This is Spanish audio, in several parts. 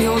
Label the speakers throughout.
Speaker 1: you're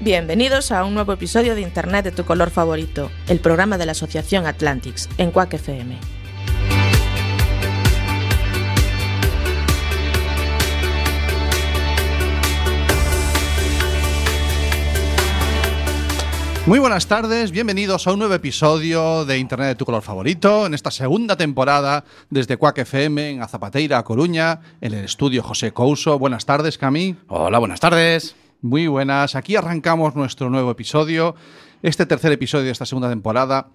Speaker 2: Bienvenidos a un nuevo episodio de Internet de tu color favorito, el programa de la Asociación Atlantics en Quack FM.
Speaker 3: Muy buenas tardes, bienvenidos a un nuevo episodio de Internet de tu color favorito, en esta segunda temporada desde Cuac FM en Azapateira, A Coruña, en el estudio José Couso. Buenas tardes, Cami.
Speaker 4: Hola, buenas tardes.
Speaker 3: Muy buenas. Aquí arrancamos nuestro nuevo episodio, este tercer episodio de esta segunda temporada,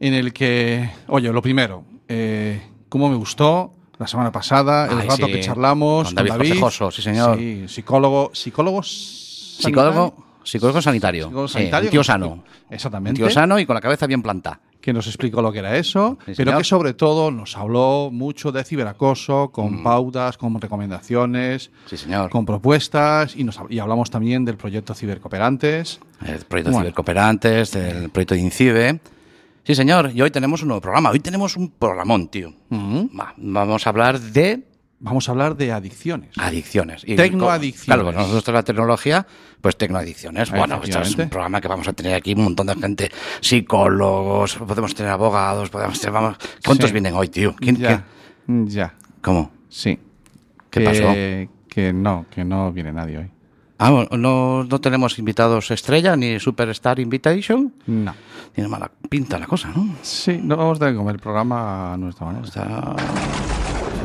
Speaker 3: en el que, oye, lo primero, eh, cómo me gustó la semana pasada, el
Speaker 4: Ay,
Speaker 3: rato
Speaker 4: sí.
Speaker 3: que charlamos
Speaker 4: Con David Cortejoso, sí, señor.
Speaker 3: Sí, psicólogo, psicólogo, sanitario-
Speaker 4: Psicólogo, psicólogo sanitario.
Speaker 3: psicólogo
Speaker 4: Sí,
Speaker 3: sanitario
Speaker 4: un tío
Speaker 3: que-
Speaker 4: sano. Un
Speaker 3: Exactamente.
Speaker 4: tío sano y con la cabeza bien planta.
Speaker 3: que nos explicó lo que era eso,
Speaker 4: Sí,
Speaker 3: pero
Speaker 4: señor.
Speaker 3: que sobre todo nos habló mucho de ciberacoso, con pautas, con recomendaciones,
Speaker 4: Mm. Sí, señor.
Speaker 3: con propuestas, y, nos, hab- y hablamos también del proyecto Cibercooperantes.
Speaker 4: El proyecto
Speaker 3: Bueno.
Speaker 4: Cibercooperantes, del proyecto de Incibe. Sí, señor. Y hoy tenemos un nuevo programa. Hoy tenemos un programón, tío. Va, vamos a hablar de
Speaker 3: Vamos a hablar de adicciones.
Speaker 4: Ah, adicciones. Y
Speaker 3: Tecnoadicciones.
Speaker 4: Claro, pues nosotros la tecnología, pues tecnoadicciones. Bueno, esto es
Speaker 3: Efectivamente.
Speaker 4: un programa que vamos a tener aquí un montón de gente, psicólogos, podemos tener abogados, podemos tener... Vamos, ¿Cuántos
Speaker 3: Sí.
Speaker 4: vienen hoy, tío? ¿Quién-
Speaker 3: ya,
Speaker 4: quién-
Speaker 3: ya,
Speaker 4: ¿Cómo?
Speaker 3: sí.
Speaker 4: ¿Qué
Speaker 3: que,
Speaker 4: pasó?
Speaker 3: Que no, que no viene nadie hoy.
Speaker 4: Ah, bueno, no, no tenemos invitados estrella ni superstar invitation.
Speaker 3: No.
Speaker 4: Tiene mala pinta la cosa, ¿no?
Speaker 3: Sí, no vamos a tener que comer el programa a nuestra manera.
Speaker 4: Está...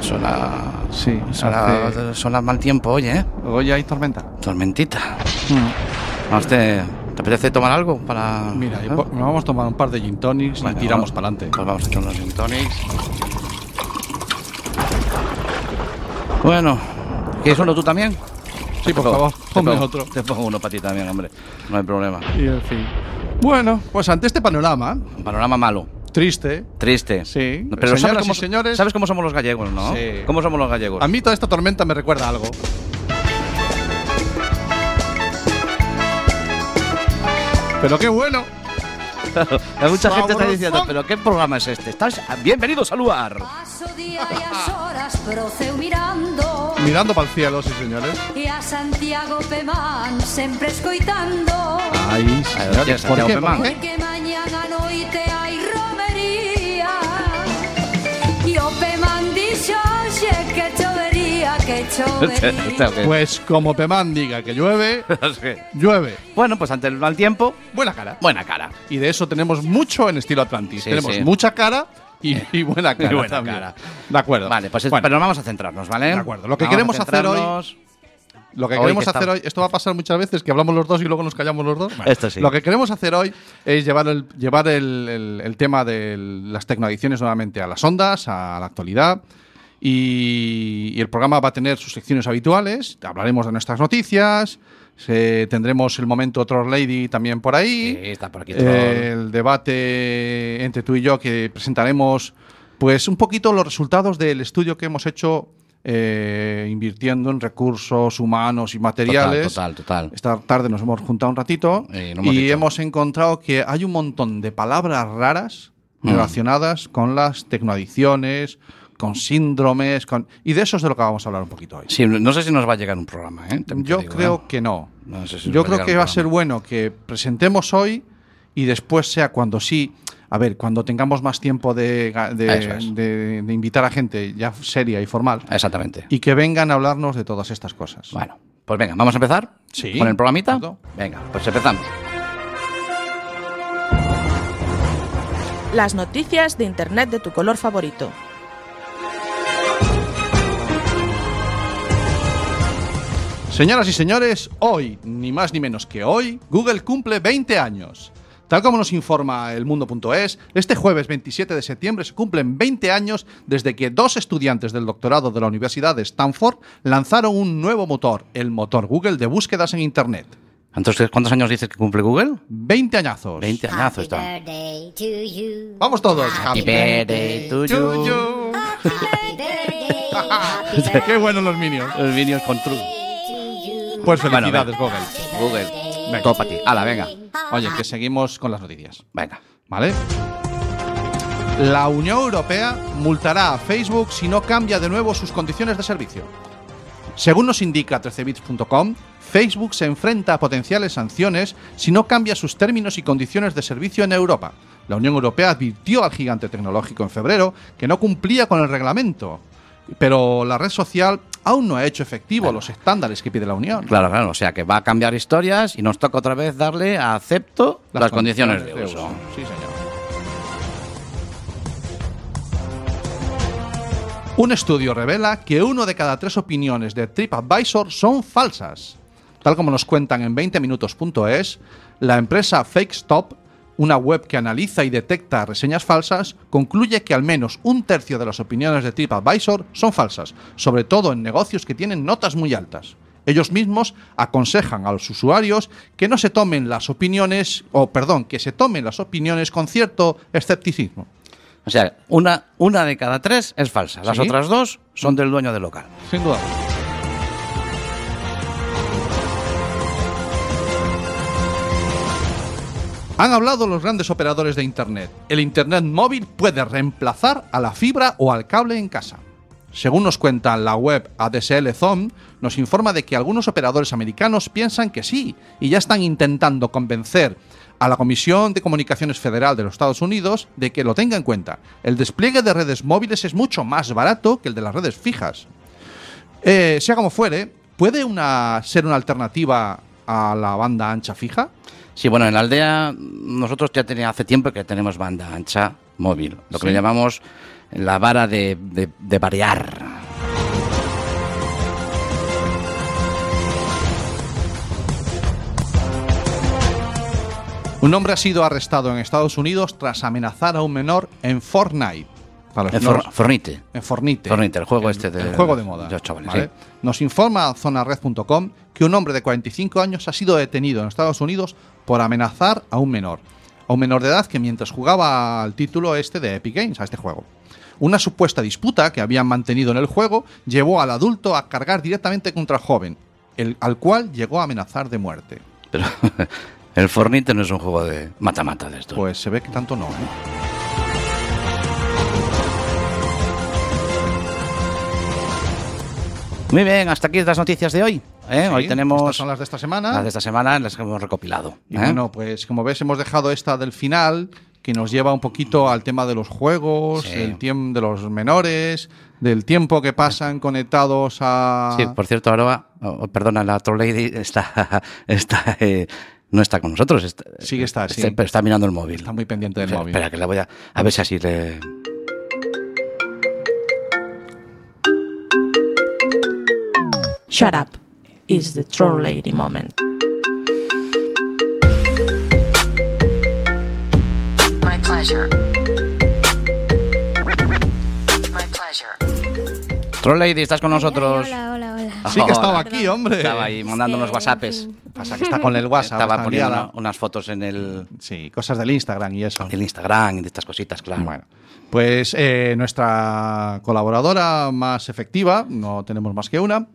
Speaker 4: Suena...
Speaker 3: Sí,
Speaker 4: Suena,
Speaker 3: hace-
Speaker 4: suena mal tiempo hoy, ¿eh?
Speaker 3: hoy hay tormenta.
Speaker 4: Tormentita. Mm. A usted, ¿te apetece tomar algo para...?
Speaker 3: Mira, y
Speaker 4: ¿eh?
Speaker 3: po- nos vamos a tomar un par de gin tonics
Speaker 4: Bueno,
Speaker 3: y tiramos
Speaker 4: bueno,
Speaker 3: para adelante.
Speaker 4: Pues vamos a hacer unos gin tonics. Bueno, ¿quieres uno tú también?
Speaker 3: Sí, por
Speaker 4: Te
Speaker 3: favor,
Speaker 4: pongo-
Speaker 3: ponme
Speaker 4: te pongo-
Speaker 3: otro.
Speaker 4: Te pongo uno para ti también, hombre. No hay problema.
Speaker 3: Y en fin. Bueno, pues ante este panorama,
Speaker 4: Un panorama malo.
Speaker 3: triste,
Speaker 4: Triste.
Speaker 3: Sí.
Speaker 4: Pero
Speaker 3: Señoras
Speaker 4: ¿sabes cómo,
Speaker 3: y señores.
Speaker 4: ¿sabes cómo somos los gallegos, no?
Speaker 3: Sí.
Speaker 4: ¿Cómo somos los gallegos?
Speaker 3: a mí toda esta tormenta me recuerda a algo. Pero qué bueno.
Speaker 4: Mucha gente está
Speaker 3: Sabrosón.
Speaker 4: diciendo, pero ¿qué programa es este? Estás bienvenidos al lugar.
Speaker 5: Paso diarias horas proceu mirando
Speaker 3: Mirando para el cielo, sí, señores.
Speaker 5: E a Santiago Pemán sempre escoitando
Speaker 3: Ahí,
Speaker 4: gracias,
Speaker 3: ¿Por
Speaker 4: Santiago
Speaker 3: qué?
Speaker 4: Pemán.
Speaker 3: ¿Por qué?
Speaker 5: Porque mañana noite hai romería E o Pemán dixo xe que chovería, que chovería
Speaker 3: Pues como Pemán diga que llueve, llueve.
Speaker 4: bueno, pues ante el mal tiempo,
Speaker 3: Buena cara.
Speaker 4: buena cara.
Speaker 3: Y de eso tenemos mucho en estilo Atlantis.
Speaker 4: Sí,
Speaker 3: tenemos
Speaker 4: sí.
Speaker 3: mucha cara y, y buena cara.
Speaker 4: buena
Speaker 3: también.
Speaker 4: cara.
Speaker 3: De acuerdo.
Speaker 4: Vale, pues es-
Speaker 3: Bueno,
Speaker 4: pero vamos a centrarnos, ¿vale?
Speaker 3: De acuerdo. Lo que
Speaker 4: Vamos a
Speaker 3: queremos hacer hoy-
Speaker 4: centrarnos.
Speaker 3: Lo que
Speaker 4: Hoy
Speaker 3: queremos
Speaker 4: que
Speaker 3: hacer
Speaker 4: estamos-
Speaker 3: hoy, esto va a pasar muchas veces, que hablamos los dos y luego nos callamos los dos.
Speaker 4: Esto sí.
Speaker 3: Lo que queremos hacer hoy es llevar el, llevar el, el- el tema de las tecnoadicciones nuevamente a las ondas, a la actualidad. Y, y el programa va a tener sus secciones habituales. Hablaremos de nuestras noticias. se- tendremos el momento Troll Lady también por ahí.
Speaker 4: Sí, está por aquí.
Speaker 3: Eh, el debate entre tú y yo que presentaremos pues un poquito los resultados del estudio que hemos hecho eh, invirtiendo en recursos humanos y materiales.
Speaker 4: Total, total, total.
Speaker 3: Esta tarde nos hemos juntado un ratito
Speaker 4: Eh, no hemos
Speaker 3: y
Speaker 4: dicho.
Speaker 3: hemos encontrado que hay un montón de palabras raras
Speaker 4: Mm.
Speaker 3: relacionadas con las tecnoadicciones, con síndromes, con... y de eso es de lo que vamos a hablar un poquito hoy.
Speaker 4: Sí, no sé si nos va a llegar un programa, ¿eh? También te
Speaker 3: Yo
Speaker 4: digo,
Speaker 3: creo
Speaker 4: ¿eh?
Speaker 3: que no.
Speaker 4: No sé si
Speaker 3: Yo
Speaker 4: nos
Speaker 3: creo
Speaker 4: llegar
Speaker 3: que
Speaker 4: un
Speaker 3: va a ser
Speaker 4: programa.
Speaker 3: bueno que presentemos hoy y después sea cuando sí. A ver, cuando tengamos más tiempo de, ga- de-
Speaker 4: Ah, Eso es.
Speaker 3: de- de invitar a gente ya seria y formal
Speaker 4: Exactamente.
Speaker 3: y que vengan a hablarnos de todas estas cosas.
Speaker 4: Bueno, pues venga, vamos a empezar
Speaker 3: Sí.
Speaker 4: con el programita.
Speaker 3: Exacto.
Speaker 4: Venga, pues empezamos.
Speaker 2: Las noticias de Internet de tu color favorito.
Speaker 3: Señoras y señores, hoy, ni más ni menos que hoy, Google cumple 20 años. Tal como nos informa elmundo.es, este jueves 27 de septiembre se cumplen 20 años desde que dos estudiantes del doctorado de la Universidad de Stanford lanzaron un nuevo motor, el motor Google de búsquedas en Internet.
Speaker 4: Entonces, ¿cuántos años dices que cumple Google?
Speaker 3: 20 añazos.
Speaker 4: 20 añazos está.
Speaker 6: birthday to you.
Speaker 3: Vamos todos. Happy
Speaker 4: birthday
Speaker 3: to
Speaker 4: to you.
Speaker 3: you.
Speaker 6: Happy birthday. Happy
Speaker 3: Qué buenos los Minions.
Speaker 4: Los vídeos con True.
Speaker 3: Pues
Speaker 4: Bueno,
Speaker 3: felicidades,
Speaker 4: venga.
Speaker 3: Google.
Speaker 4: Google. Todo para ti. Hala, venga.
Speaker 3: Oye, que seguimos con las noticias.
Speaker 4: Venga.
Speaker 3: ¿Vale? La Unión Europea multará a Facebook si no cambia de nuevo sus condiciones de servicio. Según nos indica 13bits.com, Facebook se enfrenta a potenciales sanciones si no cambia sus términos y condiciones de servicio en Europa. La Unión Europea advirtió al gigante tecnológico en febrero que no cumplía con el reglamento, pero la red social aún no ha hecho efectivo los estándares que pide la Unión.
Speaker 4: Claro, claro. O sea que va a cambiar historias y nos toca otra vez darle a acepto las, condiciones, de uso.
Speaker 3: Sí, señor. Un estudio revela que uno de cada tres opiniones de TripAdvisor son falsas. Tal como nos cuentan en 20minutos.es, la empresa FakeStop, una web que analiza y detecta reseñas falsas, concluye que al menos un tercio de las opiniones de TripAdvisor son falsas, sobre todo en negocios que tienen notas muy altas. Ellos mismos aconsejan a los usuarios que no se tomen las opiniones, o perdón, que se tomen las opiniones con cierto escepticismo.
Speaker 4: O sea, una, una de cada tres es falsa. Las
Speaker 3: Sí.
Speaker 4: otras dos son del dueño del local.
Speaker 3: Sin duda. Han hablado los grandes operadores de Internet. El Internet móvil puede reemplazar a la fibra o al cable en casa. Según nos cuenta la web ADSL Zone, nos informa de que algunos operadores americanos piensan que sí y ya están intentando convencer a la Comisión de Comunicaciones Federal de los Estados Unidos de que lo tenga en cuenta. El despliegue de redes móviles es mucho más barato que el de las redes fijas. Eh, sea como fuere, ¿puede una, ser una alternativa a la banda ancha fija?
Speaker 4: Sí, bueno, en la aldea nosotros ya tenía, hace tiempo que tenemos banda ancha móvil, lo que
Speaker 3: Sí.
Speaker 4: le llamamos la vara de, de- de variar.
Speaker 3: Un hombre ha sido arrestado en Estados Unidos tras amenazar a un menor en Fortnite. Para los
Speaker 4: En
Speaker 3: menores-
Speaker 4: For- Fornite.
Speaker 3: en Fortnite.
Speaker 4: Fornite, el juego este de-
Speaker 3: el juego de moda.
Speaker 4: de los chavales, sí.
Speaker 3: Nos informa zonared.com que un hombre de 45 años ha sido detenido en Estados Unidos por amenazar a un menor. A un menor de edad que mientras jugaba al título este de Epic Games, a este juego. Una supuesta disputa que habían mantenido en el juego llevó al adulto a cargar directamente contra el joven, el- al cual llegó a amenazar de muerte.
Speaker 4: Pero el Fornite no es un juego de mata-mata de esto.
Speaker 3: Pues se ve que tanto no. ¿eh?
Speaker 4: Muy bien, hasta aquí las noticias de hoy. ¿eh? hoy
Speaker 3: Sí,
Speaker 4: tenemos
Speaker 3: Estas son las de esta semana.
Speaker 4: las de esta semana, las que hemos recopilado.
Speaker 3: Y
Speaker 4: ¿eh?
Speaker 3: bueno, pues como ves, hemos dejado esta del final, que nos lleva un poquito al tema de los juegos,
Speaker 4: Sí.
Speaker 3: el tiempo de los menores, del tiempo que pasan conectados a.
Speaker 4: Sí, por cierto, Aroa, oh, oh, perdona, la Troll Lady está, está, eh, no está con nosotros. Está,
Speaker 3: Sí que está, sí.
Speaker 4: Pero está mirando el móvil.
Speaker 3: Está muy pendiente del
Speaker 4: espera,
Speaker 3: móvil.
Speaker 4: espera, que la voy a. A ver si así le.
Speaker 2: Shut up is the troll lady moment.
Speaker 7: My pleasure. My pleasure.
Speaker 4: Troll Lady, ¿estás con nosotros?
Speaker 6: Hola, hola, hola.
Speaker 3: Sí que estaba
Speaker 4: Hola.
Speaker 3: aquí, hombre.
Speaker 4: Estaba ahí mandando unos WhatsApps.
Speaker 3: Pasa que está con el WhatsApp.
Speaker 4: Estaba
Speaker 3: está
Speaker 4: poniendo
Speaker 3: liada.
Speaker 4: una- unas fotos en el,
Speaker 3: Sí, cosas del Instagram y eso.
Speaker 4: en el Instagram y de estas cositas, claro.
Speaker 3: Bueno, pues eh, nuestra colaboradora más efectiva, no tenemos más que una,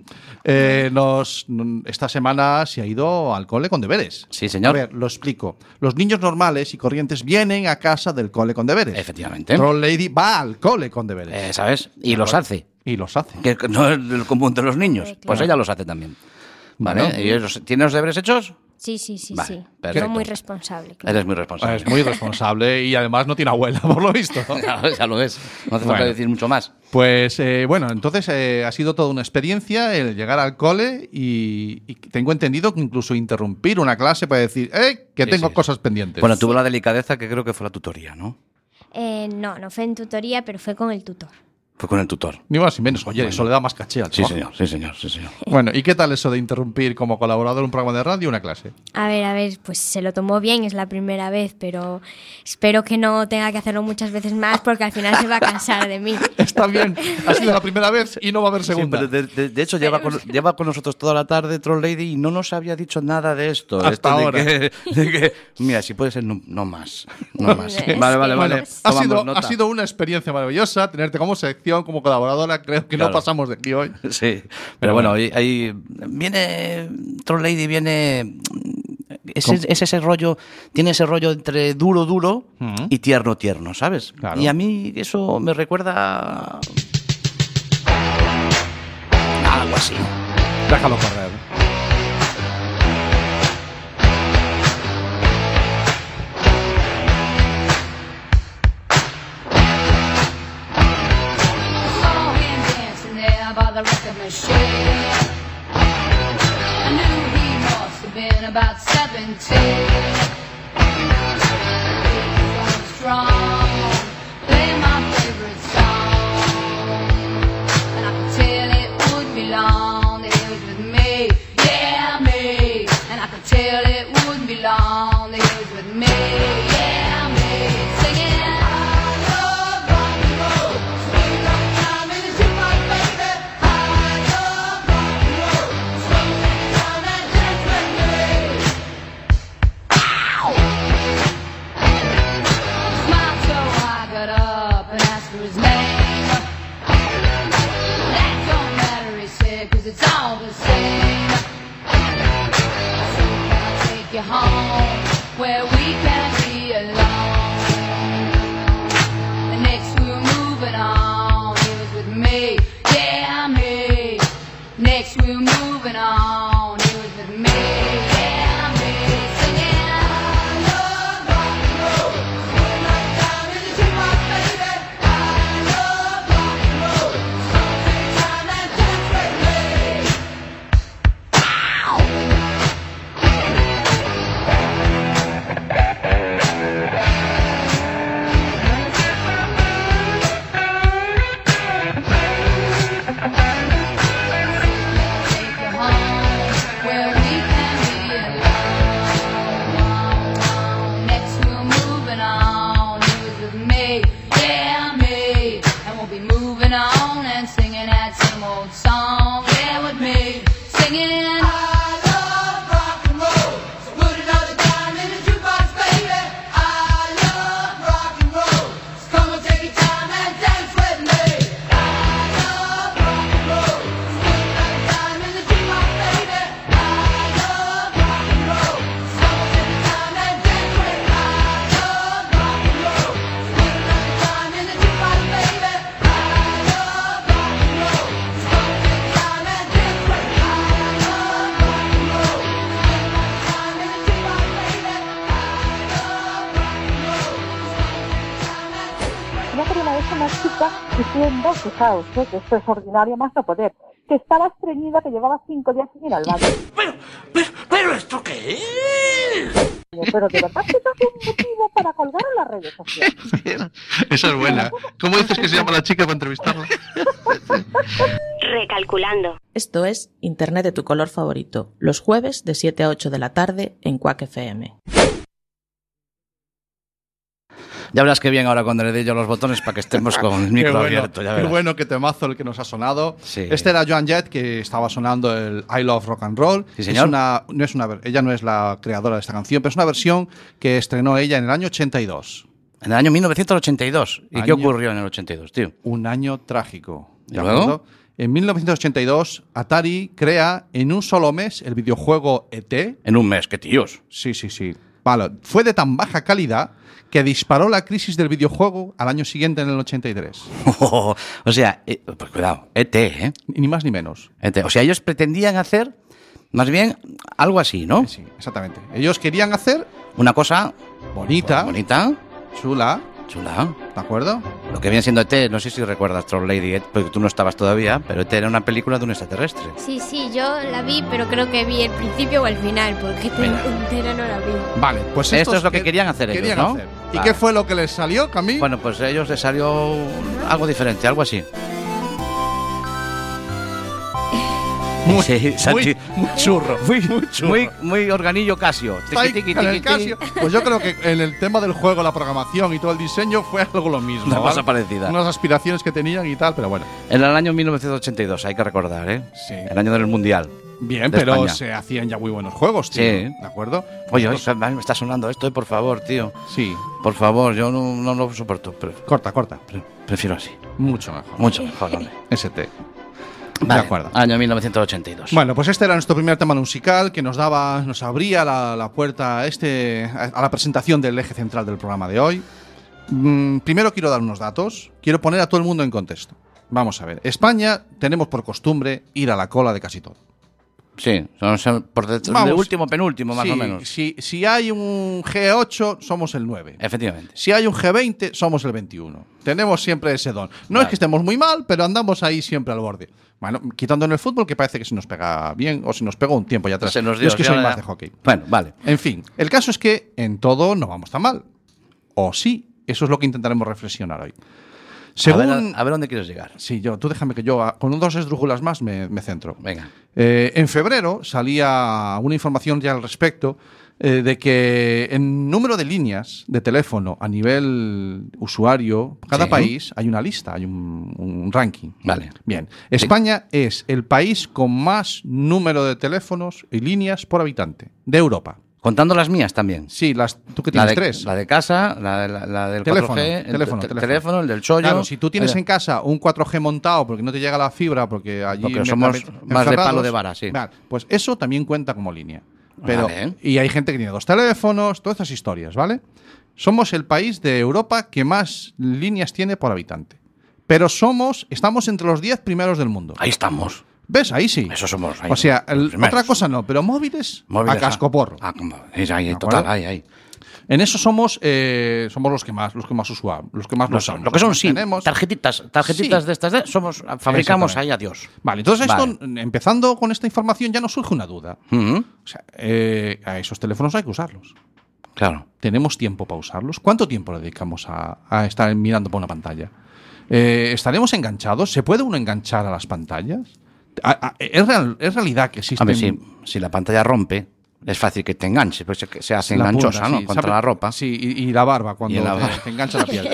Speaker 3: eh, nos, n- esta semana se ha ido al cole con deberes.
Speaker 4: Sí, señor.
Speaker 3: A ver, lo explico. Los niños normales y corrientes vienen a casa del cole con deberes.
Speaker 4: Efectivamente.
Speaker 3: Troll Lady va al cole con deberes.
Speaker 4: Eh, ¿Sabes? Y los hace.
Speaker 3: Y los hace.
Speaker 4: Que no es el común de los niños. Pues ella los hace también. ¿Vale?
Speaker 3: Bueno.
Speaker 4: ¿Y ellos- ¿Tiene los deberes hechos?
Speaker 6: Sí, sí, sí,
Speaker 4: Vale,
Speaker 6: sí.
Speaker 4: perfecto.
Speaker 6: Soy muy responsable. claro.
Speaker 4: Eres muy responsable.
Speaker 3: Es muy responsable y además no tiene abuela, por lo visto.
Speaker 4: Claro, ya lo es. No hace falta
Speaker 3: Bueno.
Speaker 4: decir mucho más.
Speaker 3: Pues eh, bueno, entonces eh, ha sido toda una experiencia el llegar al cole y, y tengo entendido que incluso interrumpir una clase para decir, ¡eh! Que
Speaker 4: Sí,
Speaker 3: tengo
Speaker 4: sí.
Speaker 3: cosas pendientes.
Speaker 4: Bueno, tuvo la delicadeza que creo que fue la tutoría, ¿no?
Speaker 6: Eh, no, no fue en tutoría, pero fue con el tutor.
Speaker 4: Fue con el tutor.
Speaker 3: Ni más ni menos. Oye,
Speaker 4: Bueno.
Speaker 3: eso le da más caché al
Speaker 4: Sí,
Speaker 3: trabajo.
Speaker 4: señor, sí, señor, sí, señor.
Speaker 3: Bueno, ¿y qué tal eso de interrumpir como colaborador un programa de radio una clase?
Speaker 6: A ver, a ver, pues se lo tomó bien, es la primera vez, pero espero que no tenga que hacerlo muchas veces más porque al final se va a cansar de mí.
Speaker 3: Está bien, ha sido la primera vez y no va a haber segunda.
Speaker 4: Sí, pero de, de- de hecho, lleva con, lleva con nosotros toda la tarde Troll Lady y no nos había dicho nada de esto.
Speaker 3: Hasta
Speaker 4: Esto de
Speaker 3: ahora.
Speaker 4: que- de que- mira, si puede ser, no, no más. No más.
Speaker 6: Es que-
Speaker 4: Vale, vale,
Speaker 3: ¿Eh? Bueno,
Speaker 4: vale.
Speaker 3: ha,
Speaker 4: Tomamos
Speaker 3: sido,
Speaker 4: nota.
Speaker 3: ha sido una experiencia maravillosa tenerte como sección, como colaboradora. Creo que no
Speaker 4: Claro.
Speaker 3: pasamos de aquí hoy.
Speaker 4: Sí, pero bueno, ahí, ahí viene Troll Lady, viene... Es, es ese rollo, tiene ese rollo entre duro, duro y tierno, tierno, ¿sabes?
Speaker 3: Claro.
Speaker 4: Y a mí eso me recuerda... a Algo así.
Speaker 3: Déjalo correr.
Speaker 5: saw him dancing there by the record machine. I knew he must have been about 17. So strong, play my favorite song. And I could tell it wouldn't be long that he was with me. Yeah, me. And I could tell it wouldn't be long that he was with me. Yeah, me. Singing, I love rock and roll. Swing rock time in the jukebox, baby. I love rock and roll. Swing rock time and dance with me. Smiled so I got up and asked for his name. That don't matter, he said, 'cause it's all the same. I said, "Can I take you home where we can be alone? The next we were moving on, he was with me, yeah, me. Next we were moving on, he was with me, yeah, me. Singing, I love rock and roll. Swing my time in the jukebox, baby. I love rock and roll. Swing time and dance with me. Take you home where we can be alone. Next we're moving on. He was with me, yeah me, and we'll be moving on and singing that same old song. Yeah, with me singing. I love rock and roll. So put another dime in the jukebox, baby. I love rock and roll. So come and take your time and dance with me. I love rock and roll. So put another dime in the jukebox, baby. I love rock and roll. So come and take your time and dance with me. I love rock and roll. So put another dime in the jukebox, baby. I love rock and roll. So come and take your time and dance with me. I love rock and roll. So put another dime in the jukebox, baby. I love rock and roll. So come and take your time and dance with me.
Speaker 8: Había por una vez una chica diciendo, fijaos, eh, que esto es ordinario más no poder, que estaba estreñida, que llevaba cinco días sin ir al baño. Pero, pero, pero ¿esto qué es? Pero de verdad que eso es un motivo para colgar en las redes sociales.
Speaker 3: Esa es buena. ¿Cómo dices que se llama la chica para entrevistarla?
Speaker 9: Recalculando.
Speaker 2: Esto es Internet de tu color favorito, los jueves de 7 a 8 de la tarde en Quack FM.
Speaker 4: Ya verás que bien ahora cuando le dé yo los botones para que estemos con el micro
Speaker 3: qué bueno,
Speaker 4: abierto. Ya
Speaker 3: qué
Speaker 4: verás.
Speaker 3: bueno que temazo el que nos ha sonado.
Speaker 4: Sí.
Speaker 3: Este era Joan Jett que estaba sonando el I Love Rock and Roll.
Speaker 4: Sí, señor.
Speaker 3: Es una- no es una, ver- ella no es la creadora de esta canción, pero es una versión que estrenó ella en el año 82.
Speaker 4: En el año 1982. ¿Y qué
Speaker 3: Año.
Speaker 4: ocurrió en el 82, tío?
Speaker 3: Un año trágico.
Speaker 4: ¿Y
Speaker 3: ¿de
Speaker 4: luego?
Speaker 3: acuerdo? En 1982, Atari crea en un solo mes el videojuego ET.
Speaker 4: En un mes, qué tíos.
Speaker 3: Sí, sí, sí. Vale, fue de tan baja calidad que disparó la crisis del videojuego al año siguiente, en el 83.
Speaker 4: o sea, eh, pues cuidado, ET, ¿eh?
Speaker 3: Ni más ni menos.
Speaker 4: ET. O sea, ellos pretendían hacer más bien algo así, ¿no?
Speaker 3: Sí, exactamente. Ellos querían hacer
Speaker 4: Una cosa
Speaker 3: bonita,
Speaker 4: bonita,
Speaker 3: chula,
Speaker 4: Chula.
Speaker 3: ¿De acuerdo?
Speaker 4: Lo que viene siendo ET, no sé si recuerdas Troll Lady, ET, porque tú no estabas todavía, pero ET era una película de un extraterrestre.
Speaker 6: Sí, sí, yo la vi, pero creo que vi el principio o el final, porque te-
Speaker 4: Mira.
Speaker 6: entera no la vi.
Speaker 3: Vale, pues
Speaker 4: Esto
Speaker 3: estos
Speaker 4: es lo que querían hacer ellos,
Speaker 3: querían
Speaker 4: ¿no?
Speaker 3: hacer. ¿Y
Speaker 4: Vale.
Speaker 3: qué fue lo que les salió, Camille?
Speaker 4: Bueno, pues a ellos les salió algo diferente, algo así.
Speaker 3: muy,
Speaker 4: sí, Santi.
Speaker 3: muy- muy churro. Muy, churro.
Speaker 4: Muy, muy organillo Casio.
Speaker 3: Está ahí
Speaker 4: Tiqui, tiqui,
Speaker 3: con el
Speaker 4: tiqui, tiqui.
Speaker 3: Casio. Pues yo creo que en el tema del juego, la programación y todo el diseño fue algo lo mismo.
Speaker 4: Una
Speaker 3: ¿vale?
Speaker 4: cosa parecida.
Speaker 3: Unas aspiraciones que tenían y tal, pero bueno.
Speaker 4: En el año 1982, hay que recordar, ¿eh?
Speaker 3: Sí.
Speaker 4: El año del Mundial.
Speaker 3: Bien,
Speaker 4: De
Speaker 3: pero
Speaker 4: España.
Speaker 3: se hacían ya muy buenos juegos, tío.
Speaker 4: Sí.
Speaker 3: ¿De acuerdo?
Speaker 4: Oye, oye,
Speaker 3: Nosotros-
Speaker 4: me está sonando esto, eh, por favor, tío.
Speaker 3: Sí.
Speaker 4: Por favor, yo no, no lo soporto. pre-
Speaker 3: Corta, corta.
Speaker 4: pre- prefiero así.
Speaker 3: Mucho mejor.
Speaker 4: Mucho mejor, hombre.
Speaker 3: ST.
Speaker 4: Vale,
Speaker 3: de acuerdo.
Speaker 4: Año 1982.
Speaker 3: Bueno, pues este era nuestro primer tema musical que nos daba, nos abría la, la puerta a, este, a a la presentación del eje central del programa de hoy. Mm, primero quiero dar unos datos, quiero poner a todo el mundo en contexto. Vamos a ver, España tenemos por costumbre ir a la cola de casi todo.
Speaker 4: Sí, son- son por detrás-
Speaker 3: Vamos.
Speaker 4: de último, penúltimo, más
Speaker 3: si,
Speaker 4: o menos.
Speaker 3: Si, si hay un G8, somos el 9.
Speaker 4: Efectivamente.
Speaker 3: Si hay un G20, somos el 21. Tenemos siempre ese don. No es
Speaker 4: Vale.
Speaker 3: que estemos muy mal, pero andamos ahí siempre al borde. Bueno, quitando en el fútbol, que parece que se nos pega bien o se nos pegó un tiempo ya atrás.
Speaker 4: Se nos
Speaker 3: Yo
Speaker 4: dio,
Speaker 3: es que
Speaker 4: sí,
Speaker 3: soy
Speaker 4: ahora-
Speaker 3: más de hockey.
Speaker 4: Bueno, vale.
Speaker 3: En fin, el caso es que en todo no vamos tan mal. O sí, eso es lo que intentaremos reflexionar hoy. Según.
Speaker 4: A, ver, a ver dónde quieres llegar.
Speaker 3: Sí, yo, tú déjame que yo ah, con dos esdrújulas más me, me centro.
Speaker 4: Venga.
Speaker 3: Eh, en febrero salía una información ya al respecto eh, de que en número de líneas de teléfono a nivel usuario, cada
Speaker 4: Sí.
Speaker 3: país hay una lista, hay un, un ranking.
Speaker 4: Vale.
Speaker 3: Bien, España es el país con más número de teléfonos y líneas por habitante de Europa.
Speaker 4: Contando las mías también.
Speaker 3: Sí, las, tú que
Speaker 4: La
Speaker 3: tienes
Speaker 4: de,
Speaker 3: tres.
Speaker 4: la de casa, la, de- la- la del
Speaker 3: Teléfono,
Speaker 4: 4G, el
Speaker 3: teléfono,
Speaker 4: te-
Speaker 3: teléfono.
Speaker 4: teléfono, el del chollo.
Speaker 3: Claro, si tú tienes
Speaker 4: Oye,
Speaker 3: en casa un 4G montado porque no te llega la fibra, porque allí.
Speaker 4: Porque
Speaker 3: me-
Speaker 4: somos
Speaker 3: me-
Speaker 4: más de
Speaker 3: encerrados,
Speaker 4: palo de vara, sí.
Speaker 3: vale, pues eso también cuenta como línea. Pero,
Speaker 4: Vale.
Speaker 3: Y hay gente que tiene dos teléfonos, todas esas historias, ¿vale? Somos el país de Europa que más líneas tiene por habitante. Pero somos, estamos entre los 10 primeros del mundo.
Speaker 4: Ahí estamos.
Speaker 3: ¿Ves? Ahí sí.
Speaker 4: Eso somos. ahí,
Speaker 3: o sea, el-
Speaker 4: los primeros.
Speaker 3: otra cosa no, pero móviles,
Speaker 4: Móviles,
Speaker 3: a cascoporro.
Speaker 4: ah, como- es ahí,
Speaker 3: ¿De
Speaker 4: total,
Speaker 3: acuerdo?
Speaker 4: ahí, ahí.
Speaker 3: En eso somos, eh, somos los que más, los que más usuamos, los que más lo
Speaker 4: Lo,
Speaker 3: usamos.
Speaker 4: lo que son, sí,
Speaker 3: Tenemos-
Speaker 4: tarjetitas, tarjetitas
Speaker 3: Sí.
Speaker 4: de estas, de- somos, fabricamos
Speaker 3: Exactamente.
Speaker 4: ahí, adiós.
Speaker 3: Vale, entonces esto,
Speaker 4: Vale.
Speaker 3: n- empezando con esta información, ya nos surge una duda.
Speaker 4: Ujú,
Speaker 3: O sea, eh, a esos teléfonos hay que usarlos.
Speaker 4: Claro.
Speaker 3: ¿Tenemos tiempo para usarlos? ¿Cuánto tiempo le dedicamos a, a estar mirando por una pantalla? Eh, ¿Estaremos enganchados? ¿Se puede uno enganchar a las pantallas? A- a- ¿Es, real- es realidad que existen
Speaker 4: A ver, si, si la pantalla rompe, es fácil que te enganche, pues se- se hace
Speaker 3: la
Speaker 4: enganchosa,
Speaker 3: punta,
Speaker 4: ¿no?
Speaker 3: sí,
Speaker 4: Contra
Speaker 3: ¿sabe?
Speaker 4: la ropa.
Speaker 3: Sí, y, y la barba cuando
Speaker 4: Y la
Speaker 3: te-
Speaker 4: barba.
Speaker 3: te engancha la piel.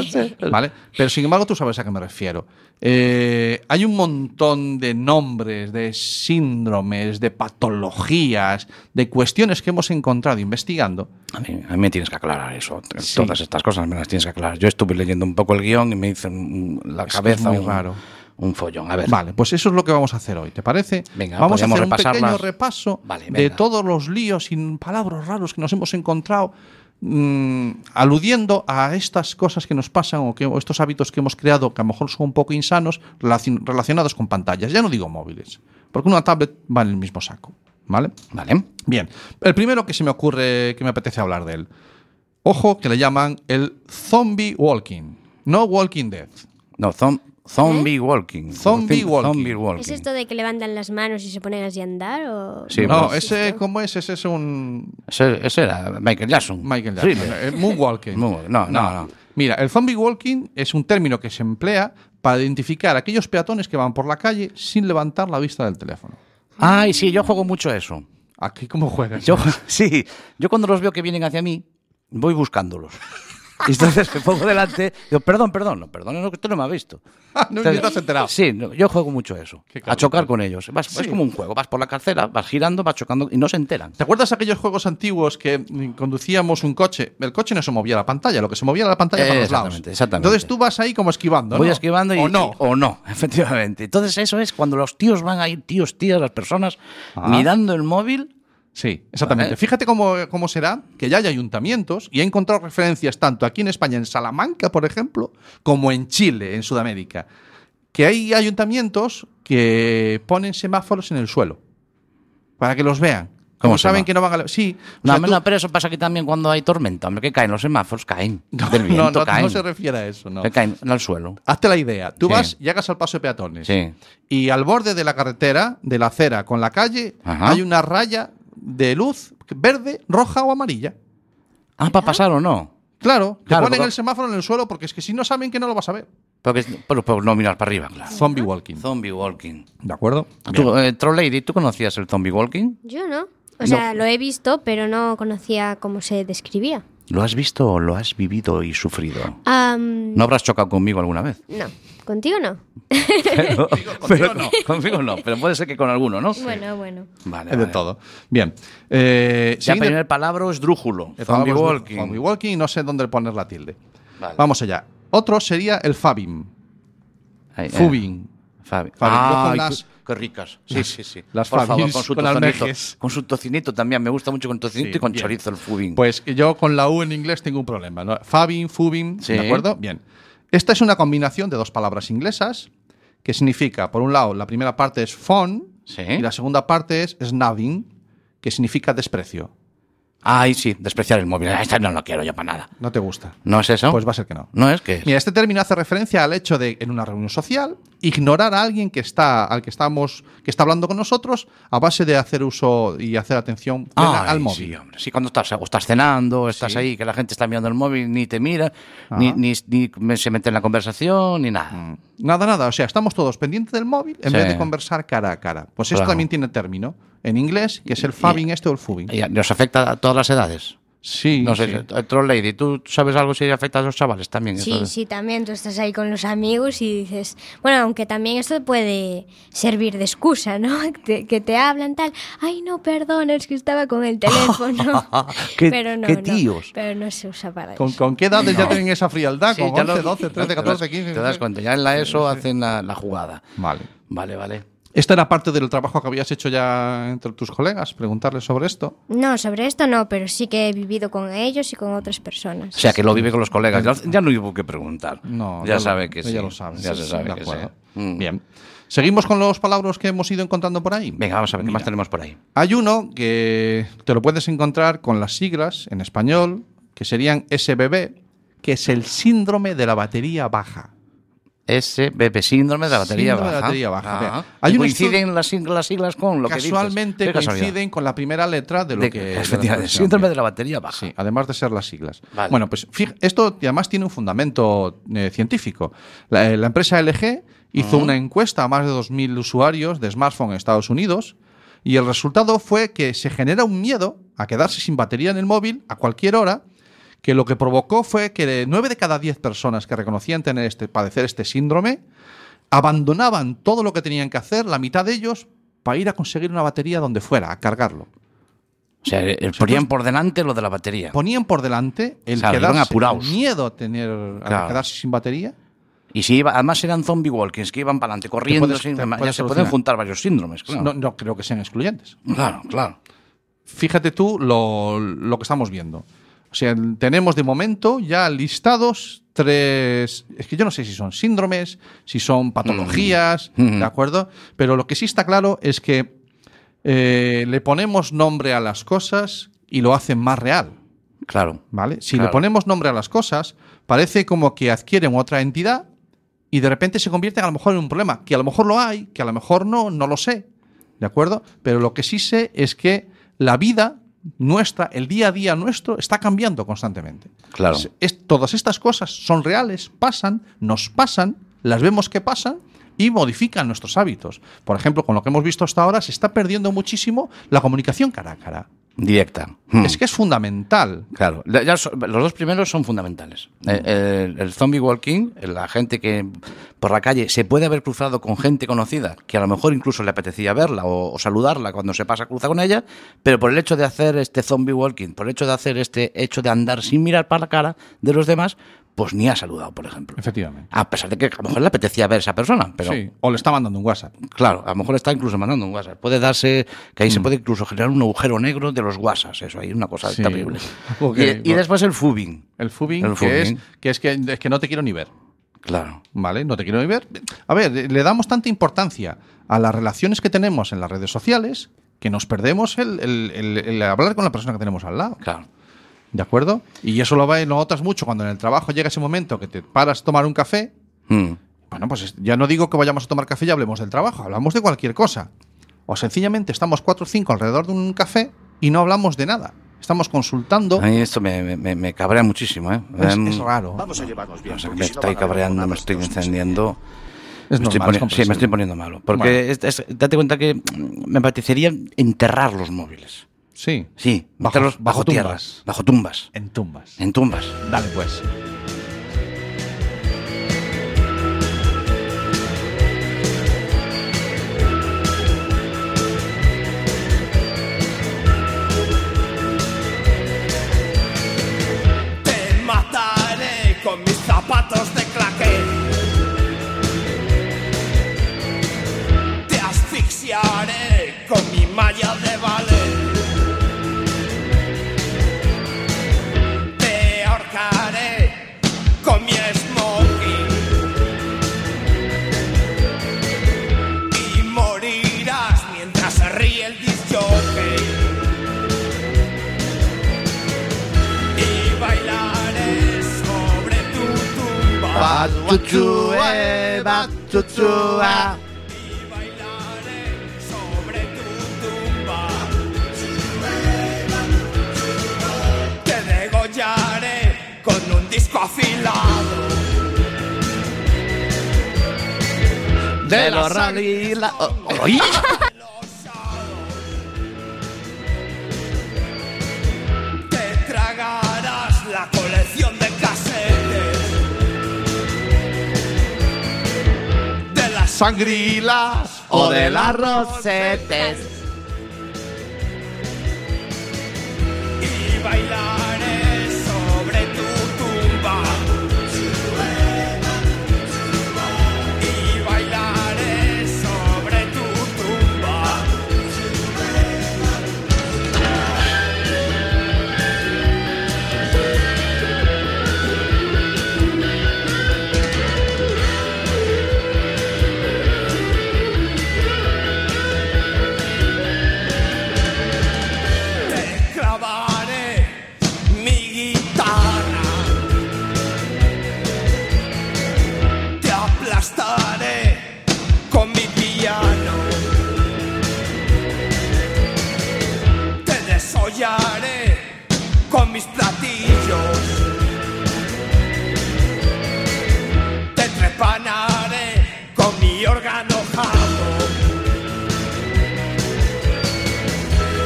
Speaker 3: ¿Vale? Pero sin embargo, tú sabes a qué me refiero. Eh, hay un montón de nombres, de síndromes, de patologías, de cuestiones que hemos encontrado investigando.
Speaker 4: A mí, a mí me tienes que aclarar eso. t-
Speaker 3: Sí.
Speaker 4: Todas estas cosas me las tienes que aclarar. Yo estuve leyendo un poco el guión y me hizo un- la
Speaker 3: Es que
Speaker 4: cabeza
Speaker 3: es muy
Speaker 4: un,
Speaker 3: raro.
Speaker 4: un follón. A ver,
Speaker 3: Vale, pues eso es lo que vamos a hacer hoy, ¿te parece?
Speaker 4: Venga,
Speaker 3: vamos a
Speaker 4: podemos
Speaker 3: hacer un
Speaker 4: repasarlas.
Speaker 3: pequeño repaso
Speaker 4: Vale,
Speaker 3: de
Speaker 4: venga.
Speaker 3: todos los líos y palabras raros que nos hemos encontrado mm, aludiendo a estas cosas que nos pasan o, que, o estos hábitos que hemos creado que a lo mejor son un poco insanos relacion- relacionados con pantallas. Ya no digo móviles, porque una tablet va en el mismo saco, ¿vale?
Speaker 4: vale.
Speaker 3: Bien, el primero que se me ocurre que me apetece hablar de él. Ojo que le llaman el zombie walking, no walking dead.
Speaker 4: No, zom- zombie walking.
Speaker 3: Zombie
Speaker 4: Zombie
Speaker 3: walking.
Speaker 4: walking.
Speaker 6: ¿Eh? ¿Es esto de que levantan las manos y se ponen así a andar? O...
Speaker 4: Sí,
Speaker 3: no,
Speaker 4: pues-
Speaker 3: ese, ¿cómo es? Ese es un,
Speaker 4: Ese, ese era Michael Jackson.
Speaker 3: Michael Jackson.
Speaker 4: Thriller.
Speaker 3: Eh, Moonwalking.
Speaker 4: Moonwalk- no, no, no.
Speaker 3: Mira, el zombie walking es un término que se emplea para identificar a aquellos peatones que van por la calle sin levantar la vista del teléfono.
Speaker 4: Ay, sí, yo juego mucho eso.
Speaker 3: Aquí cómo juegas.
Speaker 4: Yo, sí, yo cuando los veo que vienen hacia mí, voy buscándolos. Y entonces me pongo delante, digo, perdón, perdón, no, perdón, no, que usted no me ha visto.
Speaker 3: Ah, no,
Speaker 4: Entonces,
Speaker 3: ni te has enterado.
Speaker 4: Sí, no, yo juego mucho eso,
Speaker 3: Qué cabrón.
Speaker 4: a chocar con ellos. Vas-
Speaker 3: Sí.
Speaker 4: Es como un juego, vas por la carcera, vas girando, vas chocando y no se enteran.
Speaker 3: ¿Te acuerdas aquellos juegos antiguos que mm, conducíamos un coche? El coche no se movía la pantalla, lo que se movía era la pantalla
Speaker 4: Eh,
Speaker 3: para los lados.
Speaker 4: exactamente, exactamente.
Speaker 3: Entonces tú vas ahí como esquivando.
Speaker 4: Voy
Speaker 3: ¿no?
Speaker 4: esquivando y
Speaker 3: O no.
Speaker 4: y- o no, efectivamente. Entonces eso es cuando los tíos van a ir, tíos, tías, las personas, mirando el móvil.
Speaker 3: Sí, exactamente.
Speaker 4: Vale.
Speaker 3: Fíjate cómo, cómo será que ya hay ayuntamientos y he encontrado referencias tanto aquí en España, en Salamanca, por ejemplo, como en Chile, en Sudamérica, que hay ayuntamientos que ponen semáforos en el suelo para que los vean.
Speaker 4: ¿Cómo
Speaker 3: Como
Speaker 4: se
Speaker 3: saben
Speaker 4: llama?
Speaker 3: que no van a... la- Sí, o
Speaker 4: No,
Speaker 3: sea,
Speaker 4: hombre,
Speaker 3: tú-
Speaker 4: no, pero eso pasa aquí también cuando hay tormenta, hombre, que caen los semáforos, caen. Del
Speaker 3: No,
Speaker 4: viento,
Speaker 3: no, no
Speaker 4: caen.
Speaker 3: se refiere a eso, no.
Speaker 4: Que caen al suelo.
Speaker 3: Hazte la idea. Tú
Speaker 4: Sí.
Speaker 3: vas, llegas al paso de peatones.
Speaker 4: Sí.
Speaker 3: Y al borde de la carretera, de la acera con la calle,
Speaker 4: Ajá.
Speaker 3: hay una raya de luz verde, roja o amarilla.
Speaker 4: Ah, para pasar o no.
Speaker 3: Claro, te
Speaker 4: Claro,
Speaker 3: ponen
Speaker 4: porque-
Speaker 3: el semáforo en el suelo porque es que si no saben que no lo vas a ver.
Speaker 4: Pero, que es- pero- pero no mirar para arriba, claro.
Speaker 3: Zombie walking.
Speaker 4: Zombie walking.
Speaker 3: ¿De acuerdo?
Speaker 4: Tú, eh, Troll Lady, ¿tú conocías el zombie walking?
Speaker 6: Yo no.
Speaker 4: No.
Speaker 6: O sea, lo he visto, pero no conocía cómo se describía.
Speaker 4: ¿Lo has visto o lo has vivido y sufrido?
Speaker 6: Am,
Speaker 4: ¿No habrás chocado conmigo alguna vez?
Speaker 6: no. ¿Contigo no?
Speaker 4: Pero, pero- conmigo no, pero puede ser que con alguno, ¿no?
Speaker 6: Bueno, bueno.
Speaker 4: Vale,
Speaker 3: Es de
Speaker 4: vale.
Speaker 3: todo. Bien. Eh,
Speaker 4: Ya,
Speaker 3: siguiente-
Speaker 4: primer palabra es drújulo.
Speaker 3: Eh,
Speaker 4: Zombie
Speaker 3: vamos,
Speaker 4: walking.
Speaker 3: Zombie walking, no sé dónde poner la tilde.
Speaker 4: Vale.
Speaker 3: Vamos allá. Otro sería el fabim.
Speaker 4: Ahí, eh,
Speaker 3: Fubin.
Speaker 4: Fabi.
Speaker 3: Fabi, vos con
Speaker 4: Ay,
Speaker 3: las-
Speaker 4: qué- qué ricas. Sí, sí, sí.
Speaker 3: las
Speaker 4: Por favor,
Speaker 3: Fabis
Speaker 4: con su
Speaker 3: con
Speaker 4: tocinito.
Speaker 3: almejes.
Speaker 4: Con su tocinito también. Me gusta mucho con tocinito
Speaker 3: Sí,
Speaker 4: y con
Speaker 3: bien.
Speaker 4: chorizo el fubín.
Speaker 3: Pues que yo con la U en inglés tengo un problema. ¿no? Fabin, Fubin,
Speaker 4: Sí.
Speaker 3: ¿de acuerdo? Bien. Esta es una combinación de dos palabras inglesas que significa, por un lado, la primera parte es fon
Speaker 4: Sí.
Speaker 3: y la segunda parte es snubbing, que significa desprecio.
Speaker 4: Ay, sí, despreciar el móvil. Ah, Esta no lo quiero yo para nada.
Speaker 3: ¿No te gusta?
Speaker 4: ¿No es eso?
Speaker 3: Pues va a ser que no.
Speaker 4: No es que.
Speaker 3: Mira, este término hace referencia al hecho de, en una reunión social, ignorar a alguien que está, al que estamos, que está hablando con nosotros, a base de hacer uso y hacer atención plena
Speaker 4: Ay,
Speaker 3: al
Speaker 4: Sí,
Speaker 3: móvil.
Speaker 4: hombre. Sí, cuando estás, o estás cenando, o estás
Speaker 3: Sí.
Speaker 4: ahí, que la gente está mirando el móvil, ni te mira, ni, ni, ni se mete en la conversación, ni nada.
Speaker 3: Mm. Nada, nada. O sea, estamos todos pendientes del móvil en
Speaker 4: Sí.
Speaker 3: vez de conversar cara a cara. Pues esto
Speaker 4: Claro.
Speaker 3: también tiene término en inglés, que es el fabbing este o el fubbing.
Speaker 4: Y nos afecta a todas las edades.
Speaker 3: Sí,
Speaker 4: No sé,
Speaker 3: sí.
Speaker 4: eh, Troll Lady, ¿tú sabes algo si afecta a los chavales también?
Speaker 6: Sí,
Speaker 4: Esto de-
Speaker 6: sí, también tú estás ahí con los amigos y dices, bueno, aunque también esto puede servir de excusa, ¿no? Te- que te hablan tal, ay no, perdón, es que estaba con el teléfono.
Speaker 4: Qué-
Speaker 6: pero no,
Speaker 4: qué
Speaker 6: no,
Speaker 4: tíos.
Speaker 6: pero no se usa para
Speaker 3: ¿Con,
Speaker 6: eso.
Speaker 3: con qué edades ya tienen esa frialdad?
Speaker 4: Sí,
Speaker 3: Ah, ¿Con
Speaker 4: ya
Speaker 3: 11,
Speaker 4: lo-
Speaker 3: 12, 13, 14, 15?
Speaker 4: Te das cuenta, ya en la ESO hacen la, la jugada.
Speaker 3: Vale.
Speaker 4: Vale, vale.
Speaker 3: ¿Esta era parte del trabajo que habías hecho ya entre tus colegas? Preguntarles sobre esto.
Speaker 6: No, sobre esto no, pero sí que he vivido con ellos y con otras personas.
Speaker 4: O sea, que lo vive con los colegas. Ya, ya no hubo que preguntar.
Speaker 3: No,
Speaker 4: ya
Speaker 3: lo-
Speaker 4: sabe que sí.
Speaker 3: Ya lo sabe.
Speaker 4: Ya
Speaker 3: Sí,
Speaker 4: se
Speaker 3: sí,
Speaker 4: sabe
Speaker 3: de
Speaker 4: que
Speaker 3: acuerdo.
Speaker 4: sí. Mm.
Speaker 3: Bien. Seguimos con los palabras que hemos ido encontrando por ahí.
Speaker 4: Venga, vamos a ver qué más tenemos por ahí.
Speaker 3: Hay uno que te lo puedes encontrar con las siglas en español, que serían SBB, que es el síndrome de la batería baja.
Speaker 4: Ese bebé síndrome de la batería
Speaker 3: Síndrome de
Speaker 4: baja.
Speaker 3: la batería baja.
Speaker 4: Ajá.
Speaker 3: Bien. Hay
Speaker 4: Y
Speaker 3: un
Speaker 4: coinciden las siglas, las siglas con lo que dices.
Speaker 3: Casualmente
Speaker 4: Qué casualidad.
Speaker 3: coinciden con la primera letra de lo
Speaker 4: De-
Speaker 3: que. de la
Speaker 4: efectivamente,
Speaker 3: expresión.
Speaker 4: síndrome de la batería baja.
Speaker 3: Sí, además de ser las siglas.
Speaker 4: Vale.
Speaker 3: Bueno, pues fij- esto además tiene un fundamento eh, científico. La, eh, la empresa LG hizo una encuesta a más de 2.000 usuarios de smartphone en Estados Unidos y el resultado fue que se genera un miedo a quedarse sin batería en el móvil a cualquier hora, que lo que provocó fue que 9 de cada 10 personas que reconocían tener este, padecer este síndrome abandonaban todo lo que tenían que hacer, la mitad de ellos, para ir a conseguir una batería donde fuera, a cargarlo.
Speaker 4: O sea, eh, ponían por delante lo de la batería.
Speaker 3: ponían por delante el
Speaker 4: O sea, iban
Speaker 3: quedarse
Speaker 4: apuraos.
Speaker 3: el miedo a tener a
Speaker 4: Claro.
Speaker 3: quedarse sin batería.
Speaker 4: Y si iba, además eran zombie walkings que iban para adelante corriendo.
Speaker 3: puedes-
Speaker 4: sin-
Speaker 3: te
Speaker 4: ya
Speaker 3: puedes
Speaker 4: se pueden
Speaker 3: solucionar.
Speaker 4: juntar varios síndromes, claro.
Speaker 3: No, no creo que sean excluyentes.
Speaker 4: Claro, claro.
Speaker 3: Fíjate tú lo, lo que estamos viendo. O sea, tenemos de momento ya listados tres. Es que yo no sé si son síndromes, si son patologías,
Speaker 4: Mm.
Speaker 3: ¿de acuerdo? Pero lo que sí está claro es que eh, le ponemos nombre a las cosas y lo hacen más real.
Speaker 4: Claro.
Speaker 3: ¿Vale? Si
Speaker 4: Claro.
Speaker 3: le ponemos nombre a las cosas, parece como que adquieren otra entidad y de repente se convierten a lo mejor en un problema, que a lo mejor lo hay, que a lo mejor no, no lo sé. ¿De acuerdo? Pero lo que sí sé es que la vida nuestra, el día a día nuestro, está cambiando constantemente.
Speaker 4: Claro.
Speaker 3: Es- es- todas estas cosas son reales, pasan, nos pasan, las vemos que pasan y modifican nuestros hábitos. Por ejemplo, con lo que hemos visto hasta ahora, se está perdiendo muchísimo la comunicación cara a cara.
Speaker 4: Directa. Hmm.
Speaker 3: Es que es fundamental.
Speaker 4: Claro, la- ya so- los dos primeros son fundamentales.
Speaker 3: Mm.
Speaker 4: Eh, El, el zombie walking, la gente que por la calle se puede haber cruzado con gente conocida, que a lo mejor incluso le apetecía verla o, o saludarla cuando se pasa cruza con ella, pero por el hecho de hacer este zombie walking, por el hecho de hacer este hecho de andar sin mirar para la cara de los demás, pues ni ha saludado, por ejemplo.
Speaker 3: Efectivamente.
Speaker 4: A pesar de que a lo mejor le apetecía ver a esa persona, pero
Speaker 3: Sí, o le está mandando un WhatsApp.
Speaker 4: Claro, a lo mejor está incluso mandando un WhatsApp. Puede darse que ahí se puede incluso generar un agujero negro de los WhatsApps. Eso ahí es una cosa
Speaker 3: Mm. Sí.
Speaker 4: terrible.
Speaker 3: Ok,
Speaker 4: Y- y,
Speaker 3: bueno.
Speaker 4: después el fubing.
Speaker 3: El fubing,
Speaker 4: El
Speaker 3: que, es,
Speaker 4: fubing.
Speaker 3: que es que es que no te quiero ni ver.
Speaker 4: Claro.
Speaker 3: ¿Vale? No te quiero ni ver. A ver, le damos tanta importancia a las relaciones que tenemos en las redes sociales que nos perdemos el, el- el- el hablar con la persona que tenemos al lado.
Speaker 4: Claro.
Speaker 3: ¿De acuerdo? Y eso lo, ve- lo notas mucho cuando en el trabajo llega ese momento que te paras a tomar un café.
Speaker 4: Mm.
Speaker 3: Bueno, pues es- ya no digo que vayamos a tomar café y hablemos del trabajo, hablamos de cualquier cosa. O sencillamente estamos cuatro o cinco alrededor de un café y no hablamos de nada. Estamos consultando.
Speaker 4: A mí esto me, me- me- me cabrea muchísimo, ¿eh?
Speaker 3: Es,
Speaker 4: Em,
Speaker 3: es raro.
Speaker 4: o sea, que me estoy cabreando, me estoy encendiendo.
Speaker 3: Es
Speaker 4: Me estoy
Speaker 3: normal, es
Speaker 4: poni- sí, me estoy
Speaker 3: comprensible.
Speaker 4: poniendo malo. Porque
Speaker 3: Bueno.
Speaker 4: es- es- date cuenta que mm, me apetecería enterrar los móviles.
Speaker 3: Sí.
Speaker 4: Sí,
Speaker 3: Bajo-
Speaker 4: meterlos
Speaker 3: bajo
Speaker 4: bajo,
Speaker 3: tumbas.
Speaker 4: tierras, bajo tumbas,
Speaker 3: En tumbas.
Speaker 4: en tumbas.
Speaker 3: Dale pues.
Speaker 9: Te mataré con mis zapatos de claqué. Te asfixiaré con mi malla de ballet. Te ahorcaré con mi smoking. Y morirás mientras se ríe el disjockey. y bailaré sobre tu tumba. Y bailaré sobre tu tumba. Te degollaré con un disco afilado.
Speaker 4: De los ¡Oí!
Speaker 9: Te tragarás la colección de casetes. De las sangrilas
Speaker 4: o de las
Speaker 9: rosetes. Y bailaré sobre tu tumba. Y bailaré sobre tu tumba. Te clavaré mi guitarra. Te aplastaré con mi piano. Te desollaré con mis platillos. Te trepanaré con mi órgano jabo.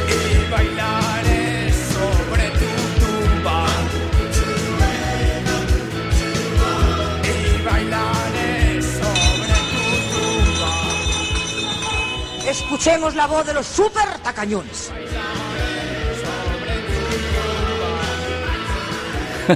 Speaker 9: y bailaré sobre tu tumba. Y bailaré sobre tu tumba.
Speaker 10: Escuchemos la voz de los super tacañones.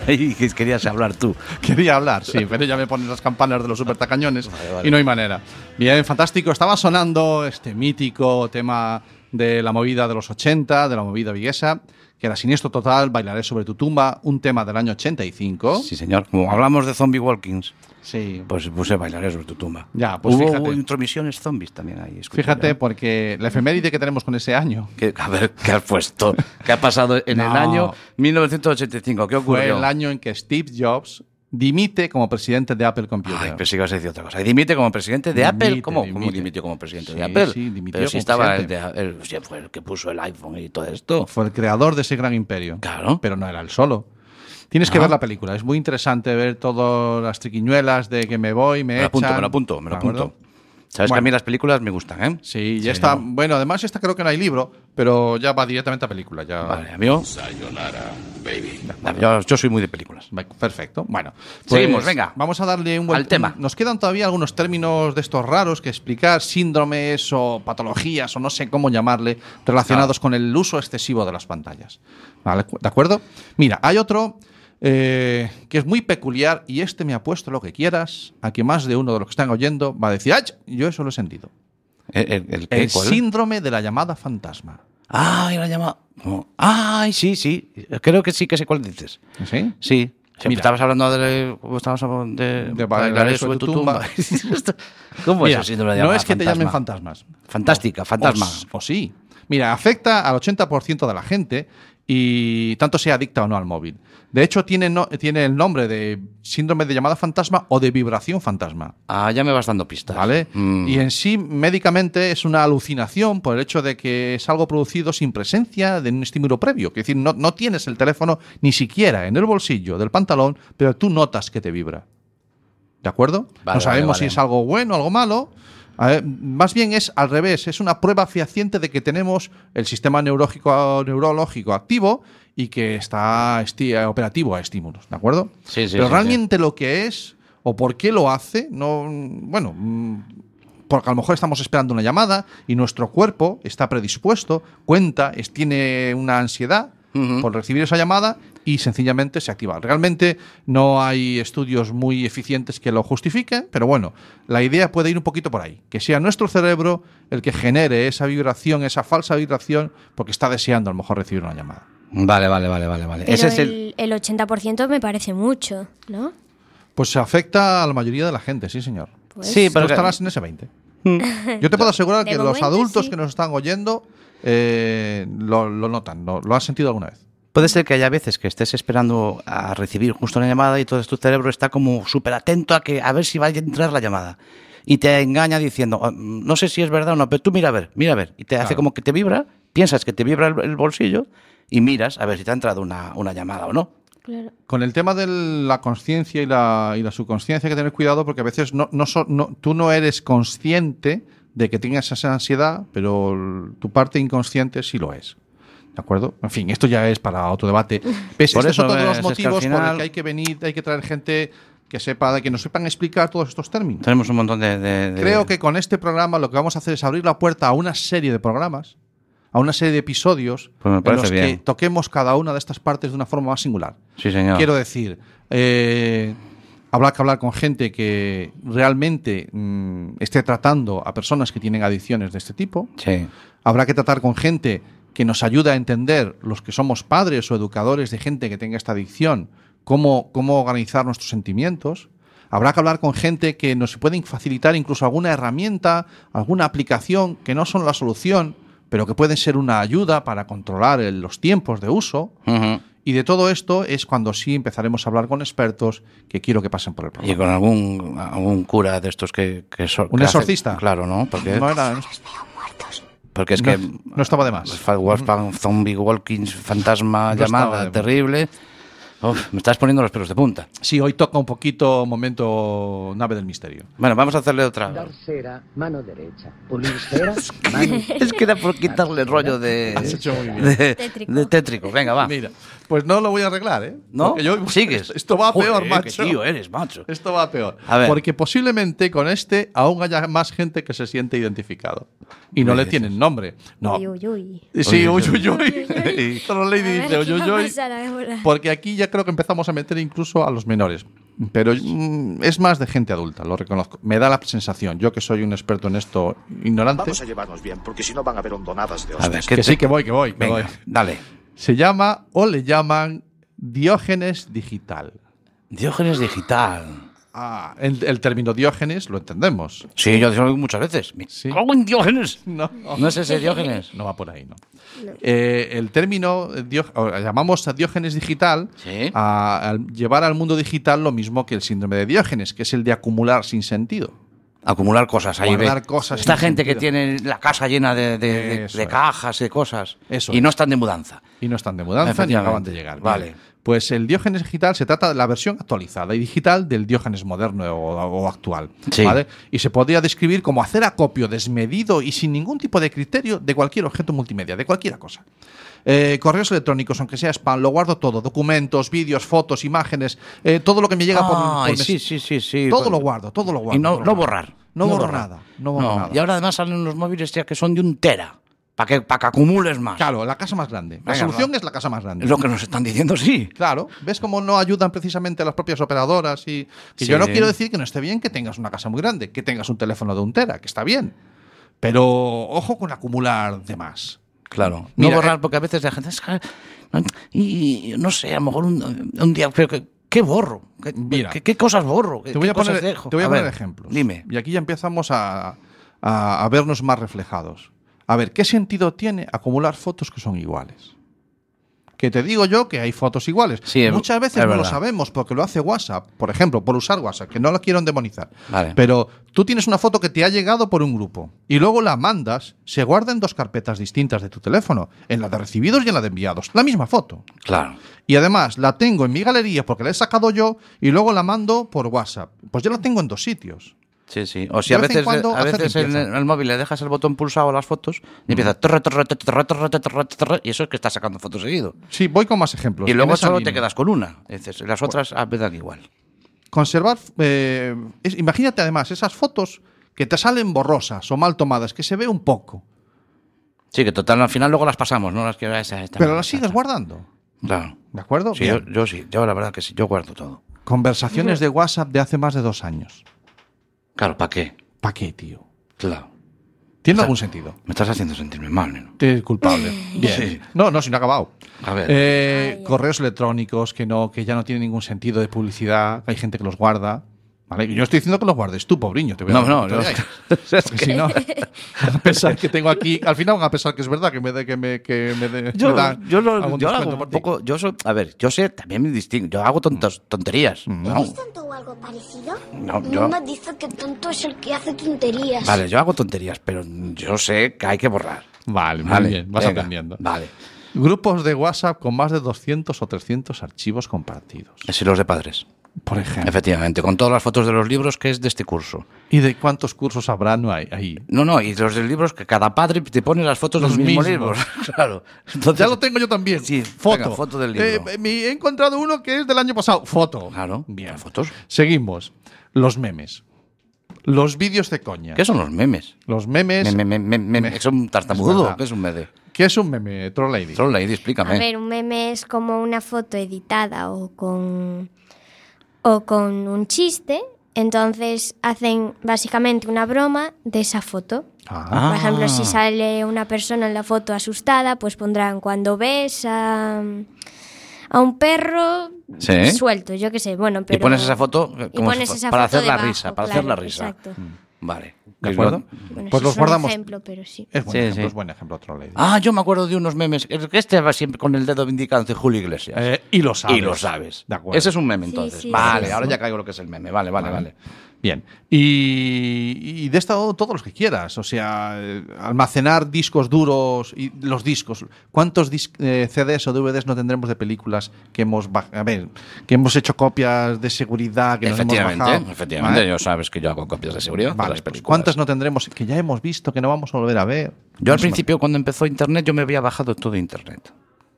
Speaker 4: Y que Querías hablar tú.
Speaker 3: Quería hablar, sí, pero ya me ponen las campanas de los supertacañones y no hay manera. Bien, fantástico. Estaba sonando este mítico tema de la movida de los 80, de la movida viguesa, que era Siniestro Total, Bailaré sobre tu tumba, un tema del año 85.
Speaker 4: Sí, señor. Como hablamos de zombie walkings,
Speaker 3: Sí.
Speaker 4: pues puse bailaré sobre tu tumba.
Speaker 3: Ya, pues
Speaker 4: Hubo
Speaker 3: fíjate.
Speaker 4: intromisiones zombies también ahí. escuché
Speaker 3: Fíjate,
Speaker 4: yo.
Speaker 3: porque la efeméride que tenemos con ese año
Speaker 4: Que- a ver, ¿qué has puesto? ¿Qué ha pasado en
Speaker 3: No.
Speaker 4: el año 1985? ¿Qué ocurrió?
Speaker 3: fue el año en que Steve Jobs dimite como presidente de Apple Computer.
Speaker 4: Ay, pensé que ibas a decir otra cosa. Y dimite como presidente de
Speaker 3: Dimite,
Speaker 4: Apple. ¿Cómo, ¿Cómo
Speaker 3: dimite.
Speaker 4: dimitió como presidente
Speaker 3: Sí,
Speaker 4: de Apple?
Speaker 3: sí, dimitió
Speaker 4: Pero si
Speaker 3: como
Speaker 4: estaba el,
Speaker 3: presidente.
Speaker 4: de- el- sí, fue el que puso el iPhone y todo esto.
Speaker 3: Fue el creador de ese gran imperio.
Speaker 4: Claro.
Speaker 3: Pero no era el solo. Tienes que
Speaker 4: Ah.
Speaker 3: ver la película. Es muy interesante ver todas las triquiñuelas de que me voy, me
Speaker 4: Me lo apunto,
Speaker 3: echan.
Speaker 4: me lo apunto, me lo
Speaker 3: ¿De acuerdo?
Speaker 4: apunto. Sabes que a
Speaker 3: Bueno.
Speaker 4: mí las películas me gustan, ¿eh?
Speaker 3: Sí, ya está. Bueno, además esta creo que no hay libro, pero ya va directamente a película. Ya.
Speaker 4: Vale, amigo. Yo, yo soy muy de películas.
Speaker 3: Va- Perfecto. Bueno,
Speaker 4: Seguimos, venga.
Speaker 3: Vamos a darle un buen
Speaker 4: Pues Al tema.
Speaker 3: Nos quedan todavía algunos términos de estos raros que explicar, síndromes o patologías o no sé cómo llamarle, relacionados
Speaker 4: Ah.
Speaker 3: con el uso excesivo de las pantallas. ¿Vale? ¿De acuerdo? Mira, hay otro eh, que es muy peculiar y este me ha puesto lo que quieras, a que más de uno de los que están oyendo va a decir, ¡ay! Yo eso lo he sentido.
Speaker 4: ¿El, ¿Eh, el, el qué?
Speaker 3: El
Speaker 4: ¿Cuál?
Speaker 3: síndrome de la llamada fantasma.
Speaker 4: Ay, Ah, la llama. ¿Cómo? Ay, sí, sí. Creo que sí que sé cuál dices.
Speaker 3: ¿Sí?
Speaker 4: Sí. Sí,
Speaker 3: Mira.
Speaker 4: Estabas hablando de, estabas hablando de,
Speaker 3: De bailar sobre tu tumba.
Speaker 4: ¿Cómo
Speaker 3: Mira,
Speaker 4: es el síndrome de
Speaker 3: no
Speaker 4: llamada
Speaker 3: es que te llamen
Speaker 4: fantasma?
Speaker 3: fantasmas.
Speaker 4: Fantástica, fantasma.
Speaker 3: O, s- o sí. Mira, afecta al 80% de la gente y tanto sea adicta o no al móvil. De hecho, tiene, no- tiene el nombre de síndrome de llamada fantasma o de vibración fantasma.
Speaker 4: Ah, ya me vas dando pistas.
Speaker 3: ¿Vale?
Speaker 4: Mm.
Speaker 3: Y en sí, médicamente, es una alucinación por el hecho de que es algo producido sin presencia de un estímulo previo. Es decir, no, no tienes el teléfono ni siquiera en el bolsillo del pantalón, pero tú notas que te vibra. ¿De acuerdo?
Speaker 4: Vale,
Speaker 3: no sabemos
Speaker 4: vale,
Speaker 3: si
Speaker 4: vale.
Speaker 3: es algo bueno o algo malo. A ver, más bien es al revés, es una prueba fehaciente de que tenemos el sistema neurológico, neurológico activo y que está esti- operativo a estímulos, ¿de acuerdo?
Speaker 4: Sí, sí,
Speaker 3: Pero
Speaker 4: sí, sí.
Speaker 3: realmente lo que es o por qué lo hace, no, bueno, mm, porque a lo mejor estamos esperando una llamada y nuestro cuerpo está predispuesto, cuenta, es, tiene una ansiedad
Speaker 4: Ujú.
Speaker 3: por recibir esa llamada y sencillamente se activa. Realmente no hay estudios muy eficientes que lo justifiquen, pero bueno, la idea puede ir un poquito por ahí, que sea nuestro cerebro el que genere esa vibración, esa falsa vibración, porque está deseando a lo mejor recibir una llamada.
Speaker 4: Vale, vale, vale, vale. vale.
Speaker 6: Pero
Speaker 4: Ese es el.
Speaker 6: el, el 80% me parece mucho, ¿no?
Speaker 3: Pues se afecta a la mayoría de la gente, sí señor.
Speaker 6: Pues-
Speaker 4: Sí,
Speaker 3: Pero
Speaker 4: pero.
Speaker 3: estarás en ese 20. Yo te puedo asegurar
Speaker 6: Mm. De
Speaker 3: que los
Speaker 6: momento,
Speaker 3: adultos
Speaker 6: sí.
Speaker 3: que nos están oyendo eh, lo, lo notan, lo, lo has sentido alguna vez.
Speaker 4: Puede ser que haya veces que estés esperando a recibir justo una llamada y todo tu cerebro está como súper atento a que a ver si va a entrar la llamada. Y te engaña diciendo, "Ah, mm, no sé si es verdad o no, pero tú mira a ver, mira a ver. Y te hace
Speaker 3: Claro.
Speaker 4: como que te vibra, piensas que te vibra el, el bolsillo y miras a ver si te ha entrado una, una llamada o no.
Speaker 6: Claro.
Speaker 3: Con el tema de la conciencia y la, y la subconsciencia hay que tener cuidado porque a veces no, no so- no- tú no eres consciente de que tengas esa ansiedad, pero l- tu parte inconsciente sí lo es. ¿De acuerdo? En fin, esto ya es para otro debate. ¿Ves? Estos
Speaker 4: Por eso
Speaker 3: son todos
Speaker 4: ves,
Speaker 3: los
Speaker 4: es que al
Speaker 3: motivos por
Speaker 4: final-
Speaker 3: los que hay que venir, hay que traer gente que sepa, que nos sepan explicar todos estos términos.
Speaker 4: Tenemos un montón de... de- de-
Speaker 3: Creo que con este programa lo que vamos a hacer es abrir la puerta a una serie de programas, a una serie de episodios
Speaker 4: Pues me
Speaker 3: en
Speaker 4: parece
Speaker 3: los que
Speaker 4: bien. Ah.
Speaker 3: toquemos cada una de estas partes de una forma más singular.
Speaker 4: Sí, señor.
Speaker 3: Quiero decir, eh, habrá que hablar con gente que realmente mm, esté tratando a personas que tienen adicciones de este tipo.
Speaker 4: Sí.
Speaker 3: Habrá que tratar con gente que nos ayude a entender, los que somos padres o educadores de gente que tenga esta adicción, cómo, cómo organizar nuestros sentimientos. Habrá que hablar con gente que nos pueden facilitar incluso alguna herramienta, alguna aplicación que no son la solución, pero que pueden ser una ayuda para controlar el- los tiempos de uso.
Speaker 4: Ujú.
Speaker 3: Y de todo esto es cuando sí empezaremos a hablar con expertos que quiero que pasen por el
Speaker 4: Y
Speaker 3: programa.
Speaker 4: con algún, algún cura de estos que... que so-
Speaker 3: ¿Un
Speaker 4: que hace-
Speaker 3: exorcista?
Speaker 4: claro, ¿no? Porque,
Speaker 3: No era- eh?
Speaker 4: porque es
Speaker 3: no-
Speaker 4: que...
Speaker 3: no estaba de más.
Speaker 4: Fa- Wolfgang, zombie, walkings, fantasma,
Speaker 3: No estaba
Speaker 4: llamada,
Speaker 3: de-
Speaker 4: terrible. Uf, me estás poniendo los pelos de punta.
Speaker 3: Sí, hoy toca un poquito momento nave del misterio.
Speaker 4: Bueno, vamos a hacerle otra.
Speaker 10: cera, mano derecha. Pulir cera, mano
Speaker 4: Es que era por quitarle el rollo de,
Speaker 3: Has hecho muy bien.
Speaker 4: de-
Speaker 6: Tétrico.
Speaker 4: de tétrico. Venga, va.
Speaker 3: Mira, pues no lo voy a arreglar, ¿eh?
Speaker 4: ¿No?
Speaker 3: Porque yo-
Speaker 4: ¿Sigues?
Speaker 3: Esto, esto va a
Speaker 4: Joder,
Speaker 3: peor,
Speaker 4: qué
Speaker 3: macho.
Speaker 4: tío eres, macho.
Speaker 3: Esto va a peor.
Speaker 4: A ver.
Speaker 3: Porque posiblemente con este aún haya más gente que se siente identificado. Y no
Speaker 4: Me
Speaker 3: le
Speaker 4: dices.
Speaker 3: tienen nombre. No.
Speaker 6: Uy, uy, uy.
Speaker 3: Sí,
Speaker 4: Uy,
Speaker 3: uy,
Speaker 4: uy,
Speaker 3: uy, uy. Solo Lady
Speaker 6: A
Speaker 3: dice,
Speaker 6: ver, ¿qué
Speaker 3: uy,
Speaker 6: va
Speaker 3: uy,
Speaker 6: a
Speaker 3: uy.
Speaker 6: pasar ahora?
Speaker 3: Porque aquí ya creo que empezamos a meter incluso a los menores. Pero mm, es más de gente adulta, lo reconozco. Me da la sensación, yo que soy un experto en esto, ignorante,
Speaker 11: Vamos a llevarnos bien, porque si no van a haber hondonadas de
Speaker 4: A
Speaker 11: hostias.
Speaker 4: ver, ¿qué
Speaker 3: que
Speaker 4: te-
Speaker 3: sí, que voy, que voy, que voy.
Speaker 4: Venga, dale.
Speaker 3: Se llama o le llaman Diógenes Digital.
Speaker 4: Diógenes digital.
Speaker 3: Ah, el, el término Diógenes lo entendemos.
Speaker 4: Sí, yo lo digo muchas veces. Me
Speaker 3: Sí. Oh.
Speaker 4: cago en Diógenes.
Speaker 3: No,
Speaker 4: No es ese Diógenes.
Speaker 3: no va por ahí, ¿no? Eh, el término, eh, Dió- o llamamos a Diógenes digital
Speaker 4: Sí.
Speaker 3: a, al llevar al mundo digital lo mismo que el síndrome de Diógenes, que es el de acumular sin sentido.
Speaker 4: Acumular cosas ahí.
Speaker 3: Guardar
Speaker 4: ve.
Speaker 3: cosas
Speaker 4: Esta
Speaker 3: sin
Speaker 4: gente que
Speaker 3: sentido.
Speaker 4: tiene la casa llena de, de- de- de
Speaker 3: Eso es.
Speaker 4: cajas, de cosas.
Speaker 3: Eso
Speaker 4: y
Speaker 3: es.
Speaker 4: no están de mudanza.
Speaker 3: Y no están de mudanza ni
Speaker 4: Efectivamente.
Speaker 3: acaban de llegar.
Speaker 4: Vale.
Speaker 3: Bien. Pues el Diógenes digital se trata de la versión actualizada y digital del Diógenes moderno o, o actual.
Speaker 4: Sí.
Speaker 3: ¿vale? Y se podría describir como hacer acopio desmedido y sin ningún tipo de criterio de cualquier objeto multimedia, de cualquier cosa. Eh, correos electrónicos, aunque sea spam, lo guardo todo: documentos, vídeos, fotos, imágenes, eh, todo lo que me llega por- por,
Speaker 4: Ay,
Speaker 3: mes-
Speaker 4: sí, sí, sí, sí.
Speaker 3: Todo
Speaker 4: Pues-
Speaker 3: lo guardo, todo lo guardo.
Speaker 4: Y no,
Speaker 3: todo lo
Speaker 4: no
Speaker 3: guardo.
Speaker 4: borrar.
Speaker 3: No, borro nada. No borro nada.
Speaker 4: Y ahora además salen los móviles ya que son de un tera. Para que, para que acumules más.
Speaker 3: Claro, la casa más grande. La
Speaker 4: Venga,
Speaker 3: solución
Speaker 4: va.
Speaker 3: es la casa más grande.
Speaker 4: Es lo que nos están diciendo, sí.
Speaker 3: Claro, ves cómo no ayudan precisamente a las propias operadoras y que
Speaker 4: Sí.
Speaker 3: yo no quiero decir que no esté bien que tengas una casa muy grande, que tengas un teléfono de un tera, que está bien, pero ojo con acumular de más.
Speaker 4: Claro. No
Speaker 3: Mira,
Speaker 4: borrar,
Speaker 3: eh,
Speaker 4: porque a veces la gente. es que- Y y no sé, a lo mejor un, un día. Pero que, ¿Qué borro? ¿Qué,
Speaker 3: Mira.
Speaker 4: qué- qué cosas borro? ¿Qué,
Speaker 3: Te voy a
Speaker 4: qué cosas
Speaker 3: poner,
Speaker 4: dejo?
Speaker 3: te voy a
Speaker 4: ver,
Speaker 3: poner ejemplos.
Speaker 4: Dime.
Speaker 3: Y aquí ya empezamos a, a- a vernos más reflejados. A ver, ¿qué sentido tiene acumular fotos que son iguales? Que te digo yo que hay fotos iguales.
Speaker 4: Sí, es-
Speaker 3: Muchas veces
Speaker 4: es
Speaker 3: no lo
Speaker 4: verdad.
Speaker 3: sabemos porque lo hace WhatsApp, por ejemplo, por usar WhatsApp, que no lo quiero demonizar. Pero tú tienes una foto que te ha llegado por un grupo y luego la mandas, se guarda en dos carpetas distintas de tu teléfono, en la de recibidos y en la de enviados. La misma foto.
Speaker 4: Claro.
Speaker 3: Y además la tengo en mi galería porque la he sacado yo y luego la mando por WhatsApp. Pues yo la tengo en dos sitios.
Speaker 4: Sí, sí. O si
Speaker 3: De
Speaker 4: a
Speaker 3: vez en
Speaker 4: veces,
Speaker 3: cuando
Speaker 4: a
Speaker 3: hacer
Speaker 4: veces en
Speaker 3: limpieza.
Speaker 4: el, al móvil le dejas el botón pulsado a las fotos y empieza torre, torre, torre, torre, torre, torre, torre, y eso es que estás sacando fotos seguido.
Speaker 3: Sí, voy con más ejemplos.
Speaker 4: Y
Speaker 3: En
Speaker 4: luego
Speaker 3: esa
Speaker 4: solo
Speaker 3: línea.
Speaker 4: te quedas con una. Dices, las otras ah, me dan igual.
Speaker 3: Conservar. eh, es- imagínate además esas fotos que te salen borrosas o mal tomadas, que se ve un poco,
Speaker 4: Sí, que total, al final luego las pasamos, ¿no? Las que "Ah, esa, esta,
Speaker 3: pero las sigues guardando.
Speaker 4: Claro.
Speaker 3: ¿De acuerdo?
Speaker 4: Sí, yo,
Speaker 3: Bien.
Speaker 4: yo sí, yo la verdad que sí, yo guardo todo.
Speaker 3: Conversaciones de WhatsApp de hace más de dos años.
Speaker 4: Claro, ¿para qué?
Speaker 3: ¿Para qué, tío?
Speaker 4: Claro.
Speaker 3: ¿Tiene algún sentido?
Speaker 4: Me estás haciendo sentirme mal, ¿no?
Speaker 3: Es culpable. Bien.
Speaker 4: Sí.
Speaker 3: No, no, si no ha acabado.
Speaker 4: A ver.
Speaker 3: Eh, correos electrónicos que no, que ya no tienen ningún sentido de publicidad, que hay gente que los guarda. ¿vale? Y Yo estoy diciendo que los guardes tú, pobriño. Te voy a
Speaker 4: No,
Speaker 3: dar
Speaker 4: no,
Speaker 3: una
Speaker 4: no.
Speaker 3: tutoría ahí. Porque si no, van a pensar que tengo aquí. Al final van a pensar que es verdad que me de, que me, que me de-
Speaker 4: Yo,
Speaker 3: me dan
Speaker 4: yo lo-
Speaker 3: algún
Speaker 4: yo
Speaker 3: descuento
Speaker 4: hago un
Speaker 3: por ti.
Speaker 4: poco, yo soy, a ver, yo sé, también me distingo, yo hago tontas, tonterías. ¿no?
Speaker 12: tonto o algo parecido?
Speaker 4: No,
Speaker 12: Mi
Speaker 4: yo-
Speaker 12: mamá dice que tonto es el que hace tonterías.
Speaker 4: Vale, yo hago tonterías, pero yo sé que hay que borrar.
Speaker 3: Vale, muy bien, vas aprendiendo.
Speaker 4: Vale.
Speaker 3: Grupos de WhatsApp con más de 200 o 300 archivos compartidos.
Speaker 4: Sí, los de padres.
Speaker 3: Por ejemplo.
Speaker 4: Efectivamente, con todas las fotos de los libros que es de este curso.
Speaker 3: ¿Y de cuántos cursos habrá no hay ahí?
Speaker 4: No, no, y los de libros que cada padre te pone las fotos
Speaker 3: Los
Speaker 4: de los mismos
Speaker 3: mismos.
Speaker 4: libros. claro. Entonces,
Speaker 3: ya lo tengo yo también.
Speaker 4: Sí,
Speaker 3: foto.
Speaker 4: venga, foto del
Speaker 3: Eh,
Speaker 4: libro.
Speaker 3: me- he encontrado uno que es del año pasado. Foto.
Speaker 4: claro, bien. fotos.
Speaker 3: Seguimos. Los memes. Los vídeos de coña.
Speaker 4: ¿Qué son los memes?
Speaker 3: Los memes.
Speaker 4: Me- me- me- me-
Speaker 3: Me-
Speaker 4: ¿Es un
Speaker 3: Es
Speaker 4: tartamudo
Speaker 3: verdad.
Speaker 4: o qué es un meme?
Speaker 3: ¿Qué es un meme, Troll Lady?
Speaker 4: Solo Lady,
Speaker 6: A
Speaker 4: explícame.
Speaker 6: ver, un meme es como una foto editada o con o con un chiste, entonces hacen básicamente una broma de esa foto.
Speaker 3: Ah.
Speaker 6: Por ejemplo, si sale una persona en la foto asustada, pues pondrán cuando ves a, a un perro
Speaker 4: Sí.
Speaker 6: suelto, yo qué sé. Bueno, pero
Speaker 4: ¿Eh? y pones esa foto
Speaker 6: y
Speaker 4: eh, como
Speaker 6: pones
Speaker 4: si fu-
Speaker 6: esa
Speaker 4: para
Speaker 6: foto
Speaker 4: hacer la
Speaker 6: debajo,
Speaker 4: risa, para
Speaker 6: claro,
Speaker 4: hacer la risa. Mm.
Speaker 6: exacto.
Speaker 4: Vale.
Speaker 3: ¿De acuerdo?
Speaker 6: Bueno,
Speaker 3: pues
Speaker 6: eso
Speaker 3: los
Speaker 6: es un
Speaker 3: guardamos.
Speaker 6: ejemplo, pero sí.
Speaker 3: Es buen
Speaker 4: Sí,
Speaker 3: ejemplo,
Speaker 4: sí.
Speaker 3: es buen ejemplo, Troll Lady.
Speaker 4: Ah, yo me acuerdo de unos memes. El que Este va siempre con el dedo indicando de Julio Iglesias.
Speaker 3: Eh, y lo sabes.
Speaker 4: Y lo sabes.
Speaker 3: De acuerdo.
Speaker 4: Ese es un meme
Speaker 6: Sí,
Speaker 4: entonces.
Speaker 6: sí,
Speaker 4: vale,
Speaker 6: sí, sí.
Speaker 4: ahora ya caigo lo que es el meme. Vale, vale, vale.
Speaker 3: Bien. Y, y de esto todos los que quieras. O sea, eh, almacenar discos duros y los discos. ¿Cuántos dis- eh, CDs o DVDs no tendremos de películas que hemos baj- a ver, que hemos hecho copias de seguridad que nos hemos bajado?
Speaker 4: Efectivamente, efectivamente.
Speaker 3: ¿Vale?
Speaker 4: Yo sabes que yo hago copias de seguridad
Speaker 3: Vale,
Speaker 4: de las
Speaker 3: pues
Speaker 4: películas.
Speaker 3: ¿Cuántas no tendremos que ya hemos visto que no vamos a volver a ver?
Speaker 4: Yo al
Speaker 3: Pues,
Speaker 4: principio, cuando empezó Internet, yo me había bajado todo Internet.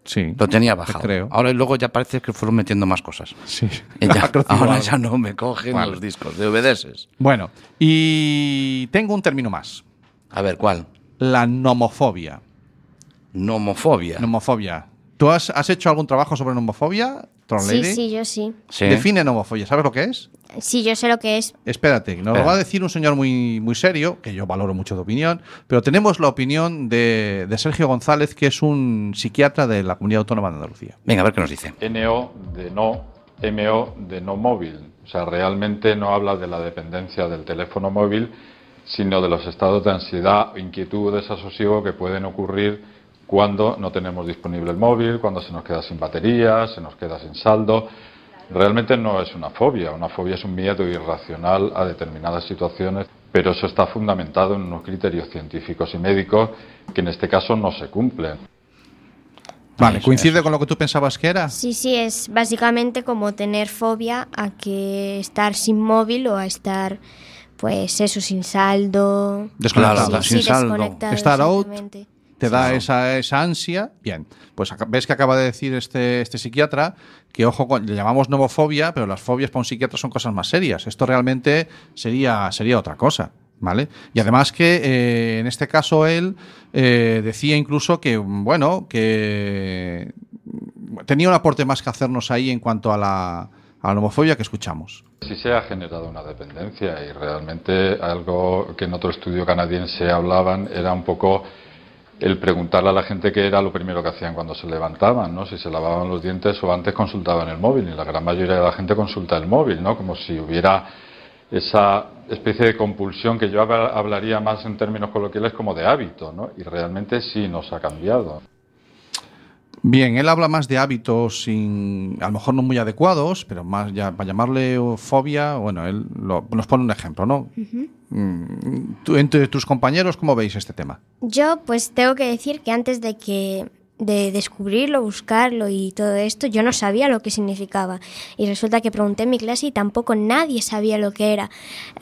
Speaker 3: Sí.
Speaker 4: Lo tenía bajado.
Speaker 3: creo.
Speaker 4: Ahora y luego ya parece que fueron metiendo más cosas.
Speaker 3: Sí.
Speaker 4: Y ya-
Speaker 3: Ha crecido
Speaker 4: ahora
Speaker 3: algo.
Speaker 4: ya no me cogen
Speaker 3: Vale.
Speaker 4: los discos de DVDs.
Speaker 3: Bueno, y tengo un término más.
Speaker 4: A ver, ¿cuál?
Speaker 3: La nomofobia.
Speaker 4: Nomofobia.
Speaker 3: Nomofobia. ¿Tú has, has hecho algún trabajo sobre nomofobia, Tron
Speaker 6: Sí,
Speaker 3: Lady?
Speaker 6: sí, yo sí.
Speaker 4: Sí.
Speaker 3: Define nomofobia. ¿Sabes lo que es?
Speaker 6: Sí, yo sé lo que es.
Speaker 3: Espérate, nos lo
Speaker 4: Espera.
Speaker 3: va a decir un señor muy, muy serio, que yo valoro mucho de opinión, pero tenemos la opinión de, de Sergio González, que es un psiquiatra de la Comunidad Autónoma de Andalucía.
Speaker 4: Venga, a ver qué nos dice.
Speaker 13: NO de no, MO de no móvil. O sea, realmente no habla de la dependencia del teléfono móvil, sino de los estados de ansiedad, inquietud o desasosiego que pueden ocurrir cuando no tenemos disponible el móvil, cuando se nos queda sin batería, se nos queda sin saldo. Realmente no es una fobia, una fobia es un miedo irracional a determinadas situaciones, pero eso está fundamentado en unos criterios científicos y médicos que en este caso no se cumplen.
Speaker 3: Vale, ¿coincide con lo que tú pensabas que era?
Speaker 6: Sí, sí, es básicamente como tener fobia a que estar sin móvil o a estar, pues eso, sin saldo.
Speaker 3: Desconectada,
Speaker 6: Sí,
Speaker 4: sin
Speaker 6: sí,
Speaker 4: saldo.
Speaker 6: desconectado,
Speaker 3: Estar out.
Speaker 6: exactamente.
Speaker 3: Te da
Speaker 4: Sí.
Speaker 3: esa, esa ansia. Bien, pues aca- ves que acaba de decir este, este psiquiatra que, ojo, con- le llamamos nomofobia, pero las fobias para un psiquiatra son cosas más serias. Esto realmente sería, sería otra cosa. ¿Vale? Y además que eh, en este caso él eh, decía incluso que, bueno, que mm, tenía un aporte más que hacernos ahí en cuanto a la, a la homofobia que escuchamos.
Speaker 13: Si se ha generado una dependencia y realmente algo que en otro estudio canadiense hablaban era un poco el preguntarle a la gente qué era lo primero que hacían cuando se levantaban, ¿no? Si se lavaban los dientes o antes consultaban el móvil y la gran mayoría de la gente consulta el móvil, ¿no? Como si hubiera esa especie de compulsión que yo habla- hablaría más en términos coloquiales como de hábito, ¿no? Y realmente sí nos ha cambiado.
Speaker 3: Bien, él habla más de hábitos sin, a lo mejor no muy adecuados, pero más ya para llamarle o fobia, bueno, él lo- nos pone un ejemplo, ¿no? Mm, tú- entre tus compañeros, ¿cómo veis este tema?
Speaker 6: Yo pues tengo que decir que antes de que de descubrirlo, buscarlo y todo esto, yo no sabía lo que significaba. Y resulta que pregunté en mi clase y tampoco nadie sabía lo que era.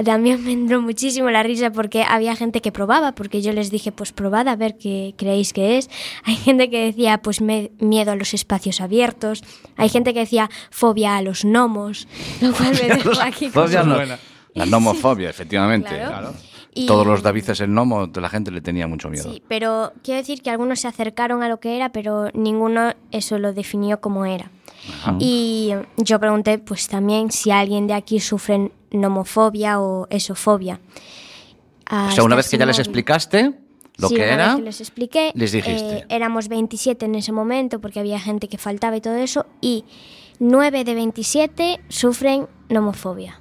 Speaker 6: También me entró muchísimo la risa porque había gente que probaba, porque yo les dije, pues probad a ver qué creéis que es. Hay gente que decía, pues me- miedo a los espacios abiertos. Hay gente que decía, fobia a los gnomos. Lo cual me dejó aquí como-
Speaker 4: Fobia no- La nomofobia, efectivamente.
Speaker 6: Claro. Y-
Speaker 4: Todos los Davices el gnomo, la gente le tenía mucho miedo.
Speaker 6: Sí, pero quiero decir que algunos se acercaron a lo que era, pero ninguno eso lo definió como era.
Speaker 4: Ajá.
Speaker 6: Y yo pregunté pues también si alguien de aquí sufre nomofobia o esofobia. Ah,
Speaker 4: o sea, una
Speaker 6: estás
Speaker 4: vez que ya les
Speaker 6: móvil.
Speaker 4: explicaste lo
Speaker 6: Sí,
Speaker 4: que
Speaker 6: una vez
Speaker 4: era,
Speaker 6: que les expliqué,
Speaker 4: les dijiste.
Speaker 6: eh, éramos 27 en ese momento porque había gente que faltaba y todo eso, y 9 de 27 sufren nomofobia.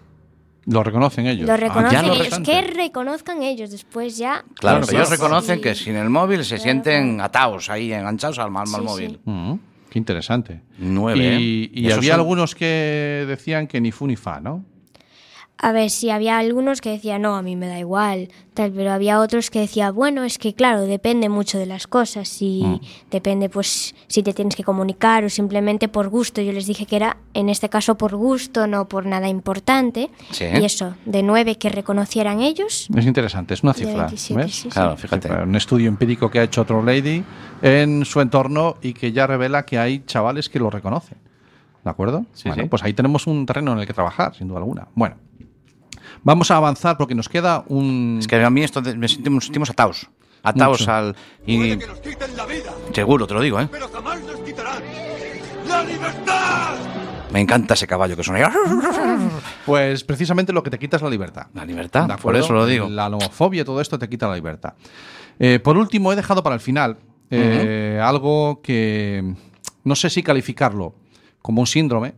Speaker 3: Lo reconocen ellos.
Speaker 6: Lo reconocen
Speaker 4: Ah, ya lo
Speaker 6: ellos.
Speaker 4: reconocen.
Speaker 6: Que reconozcan ellos después ya.
Speaker 4: claro,
Speaker 3: Claro,
Speaker 4: ellos
Speaker 3: claro.
Speaker 4: reconocen
Speaker 6: Sí.
Speaker 4: que sin el móvil se sienten atados ahí, enganchados al mal,
Speaker 6: Sí,
Speaker 4: móvil.
Speaker 3: Mm, qué interesante.
Speaker 4: Nueve,
Speaker 3: Y,
Speaker 4: ¿eh?
Speaker 3: y
Speaker 4: Esos
Speaker 3: había
Speaker 4: son-
Speaker 3: algunos que decían que ni fu ni fa, ¿no?
Speaker 6: A ver, sí, había algunos que decían, no, a mí me da igual, tal, pero había otros que decían, bueno, es que claro, depende mucho de las cosas y depende, pues, si te tienes que comunicar o simplemente por gusto. Yo les dije que era, en este caso, por gusto, no por nada importante.
Speaker 3: Sí.
Speaker 6: Y eso, de nueve que reconocieran ellos.
Speaker 3: Es interesante, es una
Speaker 6: De
Speaker 3: cifra.
Speaker 6: 27,
Speaker 3: ¿ves?
Speaker 6: sí, sí.
Speaker 4: Claro, fíjate.
Speaker 3: Cifra, Un estudio empírico que ha hecho otro lady en su entorno y que ya revela que hay chavales que lo reconocen. ¿De acuerdo? bueno,
Speaker 14: sí.
Speaker 3: pues ahí tenemos un terreno en el que trabajar, sin duda alguna. Bueno, vamos a avanzar porque nos queda un.
Speaker 4: Es que a mí esto de- me sentimos, nos sentimos atados. Atados
Speaker 3: Mucho.
Speaker 4: al. Y, seguro, te lo digo, ¿eh?
Speaker 9: ¡La libertad!
Speaker 4: Me encanta ese caballo que suena.
Speaker 3: Pues precisamente lo que te quita es la libertad.
Speaker 4: La libertad, por eso lo digo.
Speaker 3: La homofobia, todo esto te quita la libertad. Eh, por último, he dejado para el final eh, algo que no sé si calificarlo como un síndrome,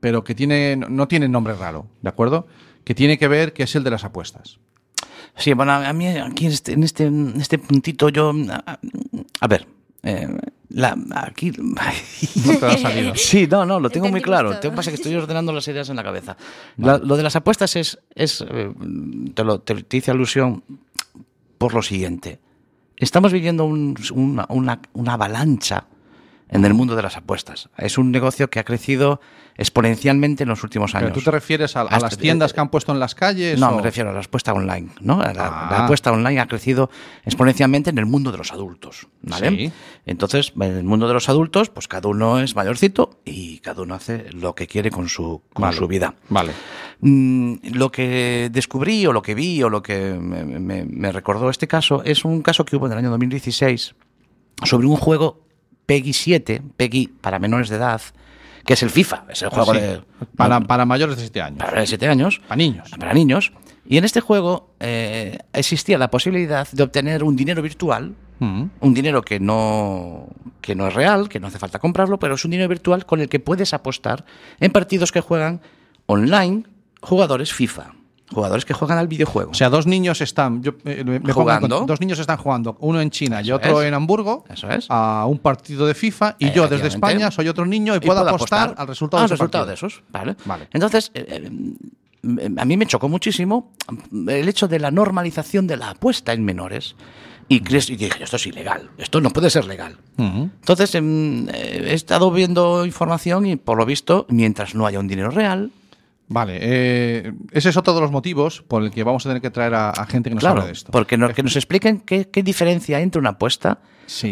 Speaker 3: pero que tiene, no tiene nombre raro, ¿de acuerdo? Que tiene que ver que es el de las apuestas.
Speaker 4: Sí, bueno, a mí aquí en este, en este, en este puntito yo... A, a ver, eh, la, aquí...
Speaker 3: No te ha salido.
Speaker 4: Sí, no, no, lo tengo muy
Speaker 3: Entendimos
Speaker 4: claro.
Speaker 3: todo.
Speaker 4: Te pasa que estoy ordenando las ideas en la cabeza. La- lo de las apuestas es... es eh, te, lo, te, te hice alusión por lo siguiente. Estamos viviendo un- una, una- una avalancha en el mundo de las apuestas. Es un negocio que ha crecido exponencialmente en los últimos
Speaker 3: Pero
Speaker 4: años.
Speaker 3: ¿Tú te refieres a, a
Speaker 4: Hasta-
Speaker 3: las tiendas que han puesto en las calles?
Speaker 4: No,
Speaker 3: o-
Speaker 4: me refiero a la apuesta online, ¿no? A La,
Speaker 3: Ah.
Speaker 4: la apuesta online ha crecido exponencialmente en el mundo de los adultos, ¿vale?
Speaker 3: Sí.
Speaker 4: Entonces, en el mundo de los adultos, pues cada uno es mayorcito y cada uno hace lo que quiere con su, con
Speaker 3: Vale.
Speaker 4: su vida.
Speaker 3: Vale.
Speaker 4: Mm, lo que descubrí o lo que vi o lo que me, me- me recordó este caso es un caso que hubo en el año 2016 sobre un juego PEGI 7, PEGI para menores de edad, que es el FIFA, es el juego
Speaker 3: Ah, Sí.
Speaker 4: de...
Speaker 3: para, para mayores de 7 años.
Speaker 4: Para de 7 años.
Speaker 3: Para niños.
Speaker 4: Para niños. Y en este juego eh, existía la posibilidad de obtener un dinero virtual,
Speaker 3: Mm.
Speaker 4: un dinero que no, que no es real, que no hace falta comprarlo, pero es un dinero virtual con el que puedes apostar en partidos que juegan online jugadores FIFA, jugadores que juegan al videojuego.
Speaker 3: O sea, dos niños están yo, eh, me- me pongo en
Speaker 4: Jugando.
Speaker 3: contacto. dos niños están jugando, uno en China y otro
Speaker 4: es.
Speaker 3: en Hamburgo, a un partido de FIFA y yo desde
Speaker 4: Efectivamente.
Speaker 3: España soy otro niño y,
Speaker 4: Y
Speaker 3: puedo
Speaker 4: puedo
Speaker 3: apostar,
Speaker 4: apostar
Speaker 3: al resultado,
Speaker 4: al
Speaker 3: de, ese
Speaker 4: resultado
Speaker 3: partido.
Speaker 4: de esos, ¿vale?
Speaker 3: Vale.
Speaker 4: Entonces, eh, eh, eh, a mí me chocó muchísimo el hecho de la normalización de la apuesta en menores. Y, crees- y dije, esto es ilegal, esto no puede ser legal. Entonces, em, eh, he estado viendo información y, por lo visto, mientras no haya un dinero real,
Speaker 3: Vale, eh, ese es otro de los motivos por el que vamos a tener que traer a, a gente que nos
Speaker 4: claro,
Speaker 3: hable de esto.
Speaker 4: porque no- que nos expliquen qué, qué diferencia hay entre una apuesta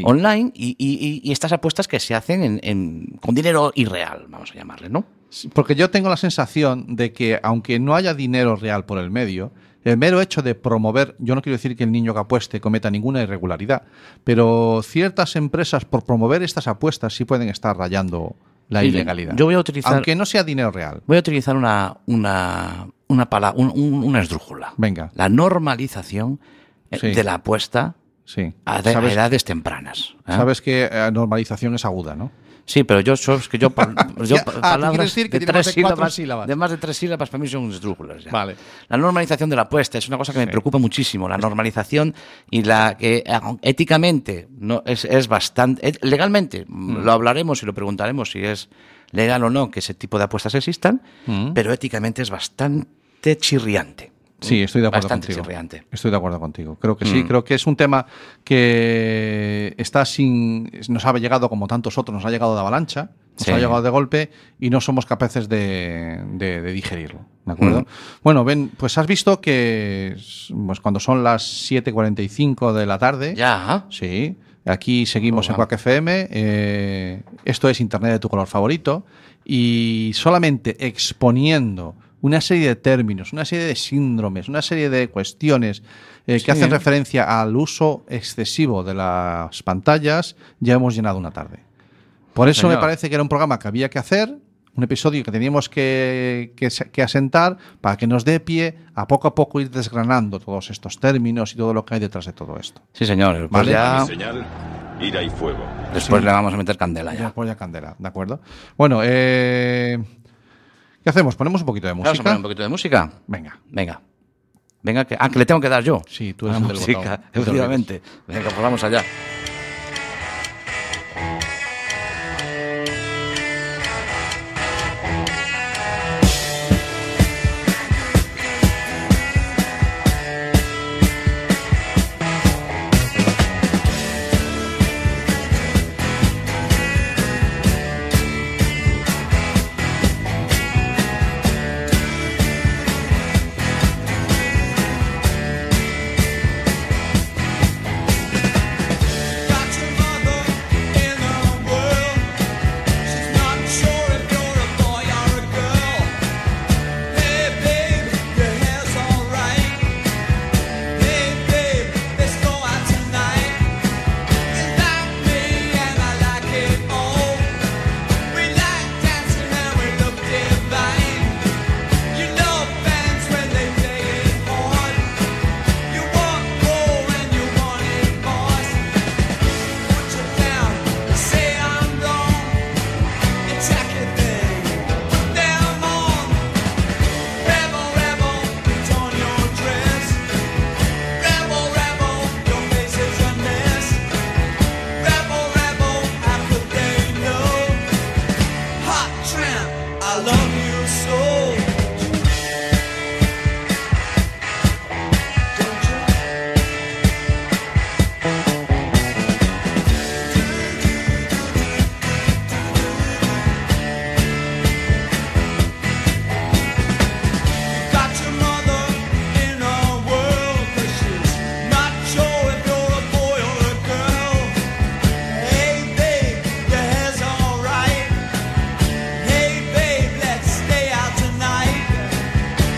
Speaker 4: online y, y- y- y estas apuestas que se hacen en- en- con dinero irreal, vamos a llamarle, ¿no?
Speaker 3: Porque yo tengo la sensación de que aunque no haya dinero real por el medio, el mero hecho de promover, yo no quiero decir que el niño que apueste cometa ninguna irregularidad, pero ciertas empresas por promover estas apuestas sí pueden estar rayando la
Speaker 4: Miren,
Speaker 3: ilegalidad.
Speaker 4: yo voy a utilizar-
Speaker 3: Aunque no sea dinero real.
Speaker 4: Voy a utilizar una, una, una, pala- un- un- una esdrújula.
Speaker 3: Venga.
Speaker 4: La normalización eh,
Speaker 3: Sí.
Speaker 4: de la apuesta
Speaker 3: Sí.
Speaker 4: A, Ah, de- a
Speaker 3: Sabes-
Speaker 4: edades tempranas. ¿eh?
Speaker 3: Sabes que eh, normalización es aguda, ¿no?
Speaker 4: Sí, pero yo, so- es que yo, pa- yo
Speaker 3: Ya,
Speaker 4: pa-
Speaker 3: ah, ¿tú
Speaker 4: palabras
Speaker 3: quieres decir que
Speaker 4: de
Speaker 3: tiene
Speaker 4: tres
Speaker 3: más de cuatro
Speaker 4: sílabas,
Speaker 3: sílabas?
Speaker 4: de más de tres sílabas para mí son esdrújulas. ya.
Speaker 3: Vale.
Speaker 4: La normalización de la apuesta es una cosa que me preocupa muchísimo. La normalización y la que eh, éticamente no es, es bastante eh, legalmente mm, lo hablaremos y lo preguntaremos si es legal o no que ese tipo de apuestas existan, pero éticamente es bastante chirriante.
Speaker 3: Mm. Sí, estoy de acuerdo
Speaker 4: Bastante
Speaker 3: contigo.
Speaker 4: chirriante.
Speaker 3: Estoy de acuerdo contigo. Creo que sí,
Speaker 4: Mm.
Speaker 3: creo que es un tema que está sin nos ha llegado como tantos otros, nos ha llegado de avalancha, nos
Speaker 4: Sí.
Speaker 3: ha llegado de golpe y no somos capaces de, de- de digerirlo, ¿de acuerdo?
Speaker 4: Mm.
Speaker 3: Bueno, Ben, pues has visto que pues, cuando son las 7:45 de la tarde.
Speaker 4: Ya.
Speaker 3: Sí. Aquí seguimos en
Speaker 4: Joder.
Speaker 3: Quack FM. eh, esto es Internet de tu color favorito. Y solamente exponiendo una serie de términos, una serie de síndromes, una serie de cuestiones eh,
Speaker 4: Sí.
Speaker 3: que hacen referencia al uso excesivo de las pantallas, ya hemos llenado una tarde. Por eso
Speaker 4: Señor.
Speaker 3: me parece que era un programa que había que hacer, un episodio que teníamos que, que se- que asentar para que nos dé pie a poco a poco ir desgranando todos estos términos y todo lo que hay detrás de todo esto.
Speaker 4: Sí, señor. Pues
Speaker 3: Vale.
Speaker 4: ya,
Speaker 15: señal, ira y fuego.
Speaker 4: después le vamos a meter candela ya.
Speaker 3: Después ya candela, ¿de acuerdo? Bueno, eh, ¿qué hacemos? ¿Ponemos un poquito de
Speaker 4: Vamos a
Speaker 3: música?
Speaker 4: poner un poquito de música.
Speaker 3: Venga.
Speaker 4: Venga. Venga, que, ah, que le tengo que dar yo.
Speaker 3: Sí, tú
Speaker 4: Ah,
Speaker 3: eres el del
Speaker 4: música,
Speaker 3: botón. No te
Speaker 4: efectivamente. Venga, pues vamos allá.
Speaker 9: Say I'm wrong. It's everything. Put them on. Rebel, rebel, put on your dress. Rebel, rebel, your face is a mess. Rebel, rebel, how could they know? Hot tramp, I love you so. Got your mother in a world, but she's not sure if you're a boy or a girl. Hey babe, your hair's alright. Hey babe, let's stay out tonight.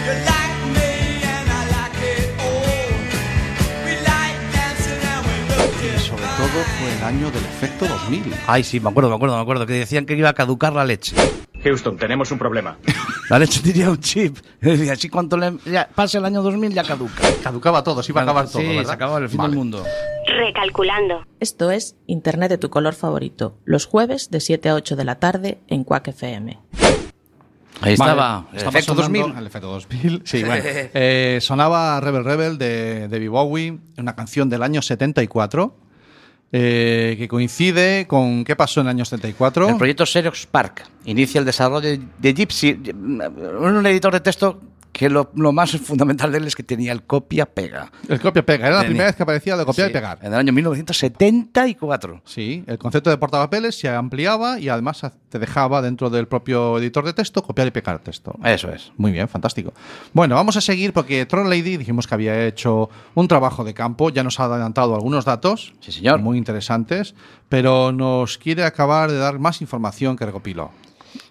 Speaker 9: You like me and I like it all. We like dancing and we look
Speaker 3: Sobre todo fue el año del efecto 2000.
Speaker 4: Ay, sí, me acuerdo, me acuerdo, me acuerdo. Que decían que iba a caducar la leche.
Speaker 16: Houston, tenemos un problema.
Speaker 4: La leche tenía un chip. Y así cuanto le, ya pasa el año 2000 ya caduca.
Speaker 3: Caducaba todo, se iba a acabar todo,
Speaker 4: Sí,
Speaker 3: ¿verdad?
Speaker 4: se acababa el fin del mundo.
Speaker 2: Recalculando. Esto es Internet de tu color favorito, los jueves de 7 a 8 de la tarde en Quack FM.
Speaker 4: Ahí
Speaker 3: Vale,
Speaker 4: estaba. El
Speaker 3: estaba
Speaker 4: efecto
Speaker 3: sonando
Speaker 4: 2000.
Speaker 3: El efecto 2000. Sí, bueno. Eh, sonaba Rebel Rebel de, de Bowie, una canción del año 74, eh, que coincide con qué pasó en el año 74.
Speaker 4: El proyecto Xerox Park inicia el desarrollo de Gypsy, un editor de texto que lo, lo más fundamental de él es que tenía el copia-pega.
Speaker 3: El copia-pega, era la
Speaker 4: Tenía-
Speaker 3: primera vez que aparecía de copiar
Speaker 4: E. Sí,
Speaker 3: y pegar.
Speaker 4: En el año 1974.
Speaker 3: Sí, el concepto de portapapeles se ampliaba y además te dejaba dentro del propio editor de texto copiar y pegar texto.
Speaker 4: Eso es.
Speaker 3: Muy bien, fantástico. Bueno, vamos a seguir porque Tron Lady dijimos que había hecho un trabajo de campo, ya nos ha adelantado algunos datos muy interesantes, pero nos quiere acabar de dar más información que recopiló.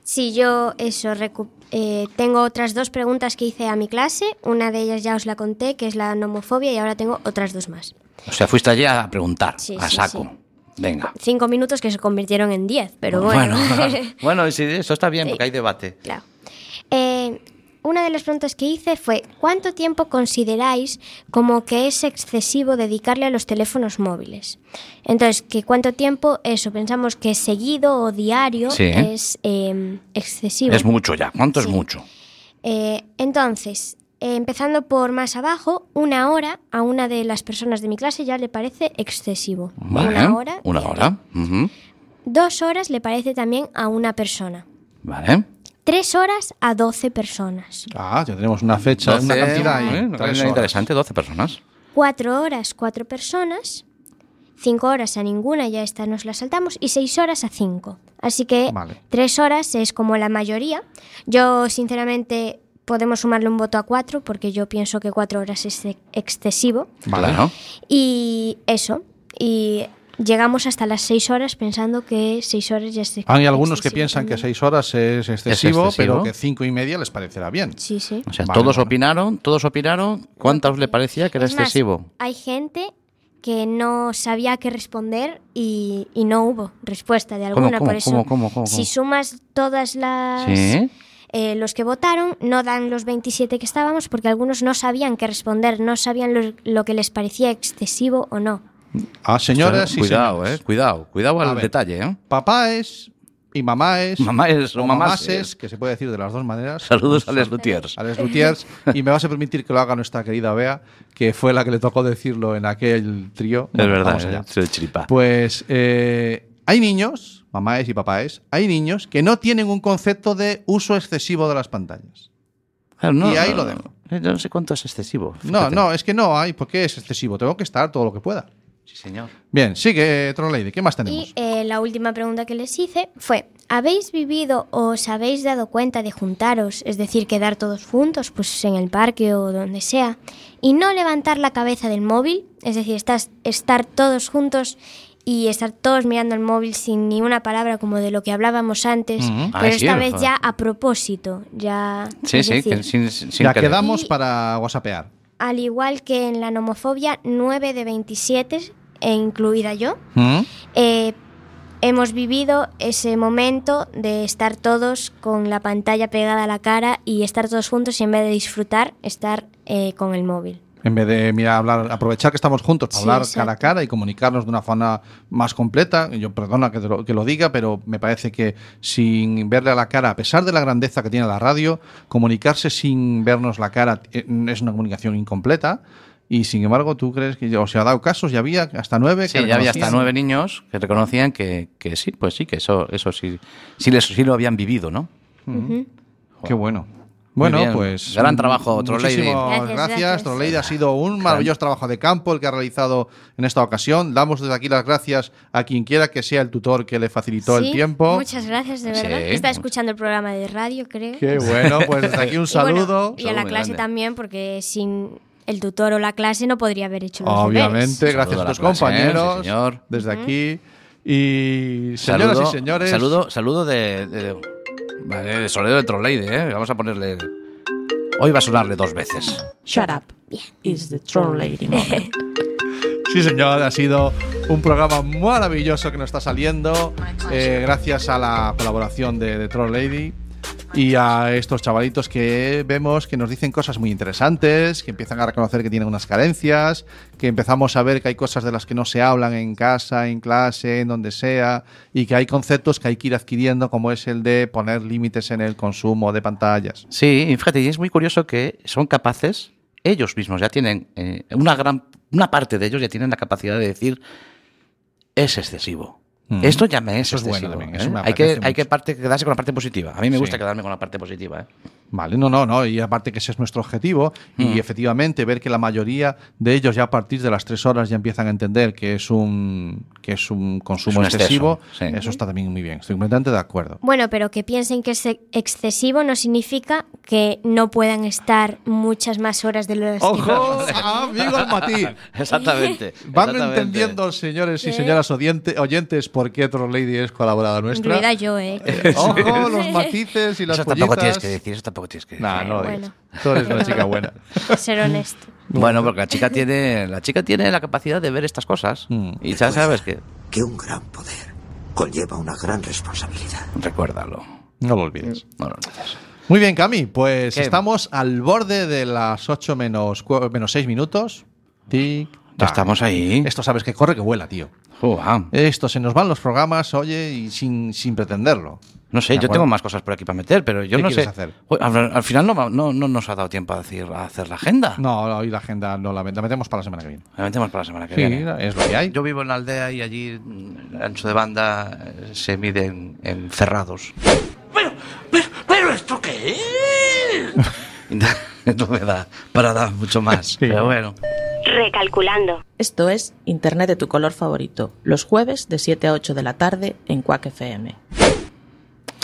Speaker 6: Si yo eso recu- eh, tengo otras dos preguntas que hice a mi clase, una de ellas ya os la conté, que es la nomofobia, y ahora tengo otras dos más.
Speaker 4: O sea, fuiste allí a preguntar,
Speaker 6: Sí,
Speaker 4: a
Speaker 6: sí,
Speaker 4: saco. Venga.
Speaker 6: Cinco minutos que se convirtieron en diez, pero bueno.
Speaker 4: Bueno, bueno, sí, eso está bien porque hay debate.
Speaker 6: Claro. Eh, una de las preguntas que hice fue, ¿cuánto tiempo consideráis como que es excesivo dedicarle a los teléfonos móviles? Entonces, que cuánto tiempo, eso, pensamos que seguido o diario
Speaker 4: Sí.
Speaker 6: es eh, excesivo.
Speaker 4: Es mucho ya. ¿Cuánto
Speaker 6: Sí.
Speaker 4: es mucho?
Speaker 6: Eh, entonces, eh, empezando por más abajo, una hora a una de las personas de mi clase ya le parece excesivo.
Speaker 4: Vale.
Speaker 6: Una hora.
Speaker 4: Una hora. Ujú.
Speaker 6: Dos horas le parece también a una persona.
Speaker 4: Vale.
Speaker 6: Tres horas a doce personas.
Speaker 3: Ah, ya tenemos una fecha, una
Speaker 4: Doce,
Speaker 3: cantidad ahí.
Speaker 4: ¿eh? Una
Speaker 3: Tres
Speaker 4: cantidad
Speaker 3: horas.
Speaker 4: interesante, 12 personas.
Speaker 6: Cuatro horas, cuatro personas. Cinco horas a ninguna, ya esta nos la saltamos. Y seis horas a cinco. Así que tres horas es como la mayoría. Yo, sinceramente, podemos sumarle un voto a cuatro, porque yo pienso que cuatro horas es ex- excesivo.
Speaker 4: Vale. Claro.
Speaker 6: Y eso. Y llegamos hasta las seis horas pensando que seis horas ya es ex-
Speaker 3: Ah, Hay algunos que
Speaker 6: excesivo
Speaker 3: piensan que
Speaker 6: también.
Speaker 3: seis horas es excesivo,
Speaker 4: excesivo.
Speaker 3: pero que cinco y media les parecerá bien.
Speaker 6: Sí, sí.
Speaker 4: O sea,
Speaker 3: Vale,
Speaker 4: todos opinaron, todos opinaron. ¿Cuántas os le parecía que era
Speaker 6: Es más,
Speaker 4: excesivo?
Speaker 6: hay gente que no sabía qué responder y, y no hubo respuesta de
Speaker 4: ¿Cómo,
Speaker 6: alguna.
Speaker 4: cómo,
Speaker 6: por eso,
Speaker 4: cómo, cómo, cómo,
Speaker 6: si
Speaker 4: cómo?
Speaker 6: sumas todas las.
Speaker 4: Sí.
Speaker 6: eh, los que votaron no dan los 27 que estábamos porque algunos no sabían qué responder, no sabían lo, lo que les parecía excesivo o no.
Speaker 3: Ah, señoras y
Speaker 4: cuidado,
Speaker 3: señores.
Speaker 4: eh, cuidado, cuidado
Speaker 3: A
Speaker 4: al
Speaker 3: ver.
Speaker 4: detalle, ¿eh?
Speaker 3: Papá es y mamá es.
Speaker 4: Mamá es o mamás es.
Speaker 3: que se puede decir de las dos maneras. Pues,
Speaker 4: Saludos a Les Lutiers.
Speaker 3: A Les Lutiers. y me vas a permitir que lo haga nuestra querida Bea, que fue la que le tocó decirlo en aquel trío.
Speaker 4: Es
Speaker 3: Bueno,
Speaker 4: verdad,
Speaker 3: vamos
Speaker 4: eh,
Speaker 3: allá.
Speaker 4: soy chiripa.
Speaker 3: Pues eh, hay niños, mamá es y papá es, hay niños que no tienen un concepto de uso excesivo de las pantallas.
Speaker 4: Claro, no,
Speaker 3: y ahí
Speaker 4: no,
Speaker 3: lo dejo.
Speaker 4: eh, Yo no sé cuánto es excesivo.
Speaker 3: No,
Speaker 4: fíjate.
Speaker 3: no, es que no hay, porque es excesivo. Tengo que estar todo lo que pueda.
Speaker 4: Sí, señor.
Speaker 3: Bien, sigue, Trollady. ¿Qué más tenemos?
Speaker 6: Y eh, la última pregunta que les hice fue, ¿habéis vivido o os habéis dado cuenta de juntaros, es decir, quedar todos juntos, pues en el parque o donde sea, y no levantar la cabeza del móvil? Es decir, estás, estar todos juntos y estar todos mirando el móvil sin ni una palabra como de lo que hablábamos antes,
Speaker 4: Ujú. Ah,
Speaker 6: pero
Speaker 4: sí,
Speaker 6: esta
Speaker 4: por
Speaker 6: vez
Speaker 4: favor.
Speaker 6: ya a propósito, ya...
Speaker 4: Sí,
Speaker 6: es
Speaker 4: sí,
Speaker 6: decir,
Speaker 4: que sin, sin
Speaker 3: ya
Speaker 4: querer.
Speaker 3: quedamos
Speaker 6: Y-
Speaker 3: para whatsappear.
Speaker 6: Al igual que en la nomofobia, 9 de 27, e incluida yo,
Speaker 4: ¿Mm?
Speaker 6: eh, hemos vivido ese momento de estar todos con la pantalla pegada a la cara y estar todos juntos y en vez de disfrutar, estar eh, con el móvil.
Speaker 3: En vez de mira, hablar, aprovechar que estamos juntos para
Speaker 6: Sí,
Speaker 3: hablar
Speaker 6: exacto.
Speaker 3: cara a cara y comunicarnos de una forma más completa. Yo perdona que, te lo, que lo diga, pero me parece que sin verle a la cara, a pesar de la grandeza que tiene la radio, comunicarse sin vernos la cara eh, es una comunicación incompleta. Y sin embargo, tú crees que o se ha dado casos, ya había hasta nueve.
Speaker 4: Sí,
Speaker 3: que
Speaker 4: ya había hasta
Speaker 3: reconocían.
Speaker 4: nueve niños que reconocían que, que sí, pues sí, que eso, eso sí, sí, les, sí lo habían vivido, ¿no?
Speaker 3: Ujú. Qué bueno.
Speaker 4: Muy
Speaker 3: Bueno,
Speaker 4: bien.
Speaker 3: pues.
Speaker 4: Gran trabajo, Trollady.
Speaker 3: Muchísimas
Speaker 4: Gracias,
Speaker 3: Gracias,
Speaker 4: gracias.
Speaker 3: Trollady. Ha sido un maravilloso trabajo de campo el que ha realizado en esta ocasión. Damos desde aquí las gracias a quien quiera que sea el tutor que le facilitó
Speaker 6: Sí,
Speaker 3: el tiempo.
Speaker 6: Muchas gracias, de
Speaker 3: Sí.
Speaker 6: verdad. Está escuchando el programa de radio, creo.
Speaker 3: Qué bueno, pues desde aquí un
Speaker 6: Y bueno,
Speaker 3: saludo.
Speaker 6: Y, a la clase también, porque sin el tutor o la clase no podría haber hecho los deberes.
Speaker 3: Obviamente,
Speaker 4: Un
Speaker 3: gracias
Speaker 4: saludo
Speaker 3: a
Speaker 4: a la
Speaker 3: tus
Speaker 4: clase, ¿eh?
Speaker 3: compañeros.
Speaker 4: sí, señor.
Speaker 3: Desde aquí. Y señoras
Speaker 4: Saludo-
Speaker 3: y señores.
Speaker 4: Saludo, saludo de, de, vale, de Soledo de Trolley, ¿eh? Vamos a ponerle. Hoy va a sonarle dos veces.
Speaker 2: Shut up. Is the troll lady moment.
Speaker 3: Sí, señor, ha sido un programa maravilloso que nos está saliendo eh, gracias a la colaboración de, de Troll Lady y a estos chavalitos que vemos que nos dicen cosas muy interesantes, que empiezan a reconocer que tienen unas carencias, que empezamos a ver que hay cosas de las que no se hablan en casa, en clase, en donde sea, y que hay conceptos que hay que ir adquiriendo, como es el de poner límites en el consumo de pantallas.
Speaker 4: Sí, y fíjate, y es muy curioso que son capaces, ellos mismos ya tienen, eh, una gran una parte de ellos ya tienen la capacidad de decir, es excesivo.
Speaker 3: Mm.
Speaker 4: Esto ya me es
Speaker 3: Eso es bueno
Speaker 4: excesivo.
Speaker 3: también,
Speaker 4: ¿eh?
Speaker 3: eso me
Speaker 4: Hay que,
Speaker 3: apetece
Speaker 4: hay que parte- quedarse con la parte positiva. A mí me
Speaker 3: Sí.
Speaker 4: gusta quedarme con la parte positiva. ¿eh?
Speaker 3: Vale, no, no, no. Y aparte que ese es nuestro objetivo. Y
Speaker 4: Mm.
Speaker 3: efectivamente ver que la mayoría de ellos ya a partir de las tres horas ya empiezan a entender que es un, que es un consumo
Speaker 4: Es un
Speaker 3: excesivo.
Speaker 4: exceso, sí.
Speaker 3: Eso está también muy bien. Estoy completamente de acuerdo.
Speaker 6: Bueno, pero que piensen que es ex- excesivo no significa que no puedan estar muchas más horas de las que
Speaker 3: ¡Ojo! ¡Amigo Matiz!
Speaker 4: Exactamente.
Speaker 3: Van
Speaker 4: exactamente.
Speaker 3: entendiendo, señores y
Speaker 6: Sí.
Speaker 3: señoras odiente- oyentes, por qué Troll Lady es colaborada nuestra.
Speaker 6: Incluida yo, ¿eh?
Speaker 3: ¡Ojo! Los matices y las
Speaker 4: Eso tampoco
Speaker 3: pollitas.
Speaker 4: tienes que decir, eso tampoco tienes que decir.
Speaker 3: Nah, no lo
Speaker 6: Bueno.
Speaker 3: digas. Tú eres una chica buena.
Speaker 6: Ser honesto.
Speaker 4: Bueno, porque la chica tiene la chica tiene la capacidad de ver estas cosas
Speaker 3: Mm.
Speaker 4: y ya sabes que
Speaker 17: Que un gran poder conlleva una gran responsabilidad.
Speaker 4: recuérdalo.
Speaker 3: No lo olvides.
Speaker 4: No lo olvides.
Speaker 3: Muy bien, Cami, pues
Speaker 4: ¿Qué?
Speaker 3: estamos al borde de las 8 menos, cua- menos 6 minutos. Tic,
Speaker 4: Ya estamos ahí.
Speaker 3: Esto sabes que corre, que vuela, tío. Esto se nos van los programas, oye, y sin, sin pretenderlo.
Speaker 4: No sé,
Speaker 3: ¿De
Speaker 4: yo
Speaker 3: acuerdo?
Speaker 4: tengo más cosas por aquí para meter, pero yo
Speaker 3: ¿Qué
Speaker 4: no
Speaker 3: quieres
Speaker 4: sé.
Speaker 3: hacer?
Speaker 4: Uy, al, al final no, no- no nos ha dado tiempo a, decir, a hacer la agenda.
Speaker 3: No, no, hoy la agenda no la, met- la metemos para la semana que viene.
Speaker 4: La metemos para la semana que
Speaker 3: Sí,
Speaker 4: viene.
Speaker 3: es lo que hay.
Speaker 4: Yo vivo en la aldea y allí mm, el ancho de banda eh, se mide en, en cerrados.
Speaker 17: ¿Pero esto qué es?
Speaker 4: no me da para dar mucho más. Pero bueno.
Speaker 2: Recalculando. Esto es Internet de tu color favorito, los jueves de 7 a 8 de la tarde en Quack FM.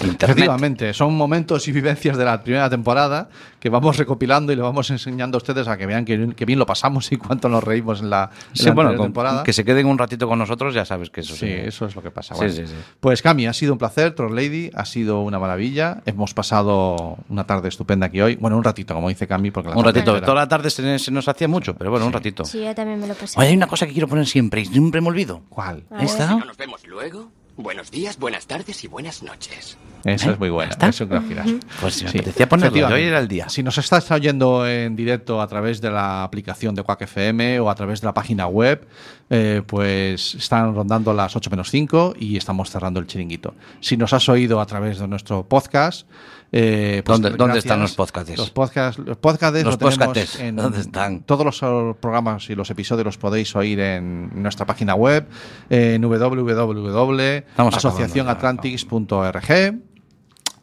Speaker 3: Efectivamente, son momentos y vivencias de la primera temporada que vamos recopilando y le vamos enseñando a ustedes a que vean que, que bien lo pasamos y cuánto nos reímos en la, en
Speaker 4: Sí,
Speaker 3: la
Speaker 4: bueno,
Speaker 3: anterior
Speaker 4: con-
Speaker 3: temporada.
Speaker 4: que se queden un ratito con nosotros, ya sabes que eso
Speaker 3: Sí, eso es lo que pasa.
Speaker 4: Sí,
Speaker 3: Bueno,
Speaker 4: sí, sí.
Speaker 3: Pues Cami, ha sido un placer, Troll Lady, ha sido una maravilla. Hemos pasado una tarde estupenda aquí hoy. Bueno, un ratito, como dice Cami, porque la
Speaker 4: Un
Speaker 3: tarde
Speaker 4: ratito,
Speaker 3: era-
Speaker 4: toda la tarde se, se nos hacía mucho, pero bueno, un ratito.
Speaker 6: Sí, yo también me lo pasé.
Speaker 4: Oye, hay una cosa que quiero poner siempre y siempre me olvido.
Speaker 3: ¿Cuál?
Speaker 6: A ver.
Speaker 4: ¿Esta?
Speaker 18: nos vemos luego, buenos días, buenas tardes y buenas noches.
Speaker 3: Eso
Speaker 4: ¿Eh?
Speaker 3: es muy bueno.
Speaker 4: ¿Está?
Speaker 3: Eso gracias.
Speaker 4: Ujú. Pues si me apetecía ponerlo, yo hoy era el día.
Speaker 3: Si nos estás oyendo en directo a través de la aplicación de Quack FM o a través de la página web, eh, pues están rondando las 8 menos 5 y estamos cerrando el chiringuito. Si nos has oído a través de nuestro podcast, eh, pues
Speaker 4: ¿Dónde- dónde
Speaker 3: gracias.
Speaker 4: están los podcasts?
Speaker 3: Los podcasts, los podcasts
Speaker 4: Los
Speaker 3: lo tenemos
Speaker 4: podcasts,
Speaker 3: en-
Speaker 4: ¿dónde están?
Speaker 3: Todos los eh, programas y los episodios los podéis oír en nuestra página web, eh, en
Speaker 4: Estamos acabando ya.
Speaker 3: www.asociacionatlantics.org.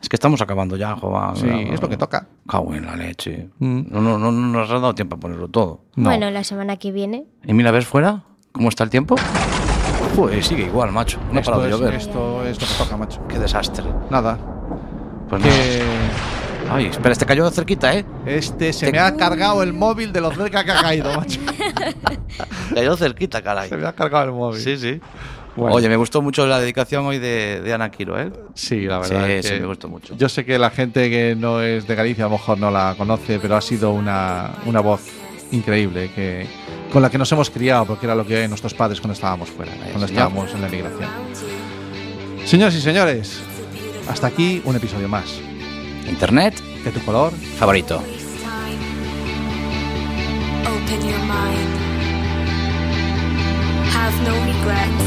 Speaker 4: Es que estamos acabando ya, Jova.
Speaker 3: Sí, es lo que toca. Mm.
Speaker 4: Cago en la leche. No, no, no, no nos ha dado tiempo a ponerlo todo.
Speaker 6: Bueno, la semana que viene.
Speaker 4: ¿Y mira, ves fuera? ¿Cómo está el tiempo? Pues sigue igual, macho. No ha
Speaker 3: Esto
Speaker 4: parado de
Speaker 3: es-
Speaker 4: llover.
Speaker 3: Esto es lo que toca, macho.
Speaker 4: Qué desastre.
Speaker 3: Nada.
Speaker 4: Pues
Speaker 3: que-
Speaker 4: nada. Ay, espera, este cayó cerquita, ¿eh?
Speaker 3: Este se
Speaker 4: Te-
Speaker 3: me ha cargado el móvil de lo cerca que ha caído, macho.
Speaker 4: Cayó cerquita, caray.
Speaker 3: Se me ha cargado el móvil.
Speaker 4: Sí, sí.
Speaker 3: Bueno.
Speaker 4: Oye, me gustó mucho la dedicación hoy de, de Ana Quiro, ¿eh?
Speaker 3: Sí, la verdad.
Speaker 4: Sí,
Speaker 3: es que
Speaker 4: sí, me gustó mucho.
Speaker 3: Yo sé que la gente que no es de Galicia a lo mejor no la conoce, pero ha sido una, una voz increíble que, con la que nos hemos criado, porque era lo que oían nuestros padres cuando estábamos fuera, cuando
Speaker 4: señor.
Speaker 3: estábamos en la emigración. Señoras y señores, hasta aquí un episodio más.
Speaker 4: Internet
Speaker 3: de tu color
Speaker 4: favorito.
Speaker 1: Open your mind. Have no regrets.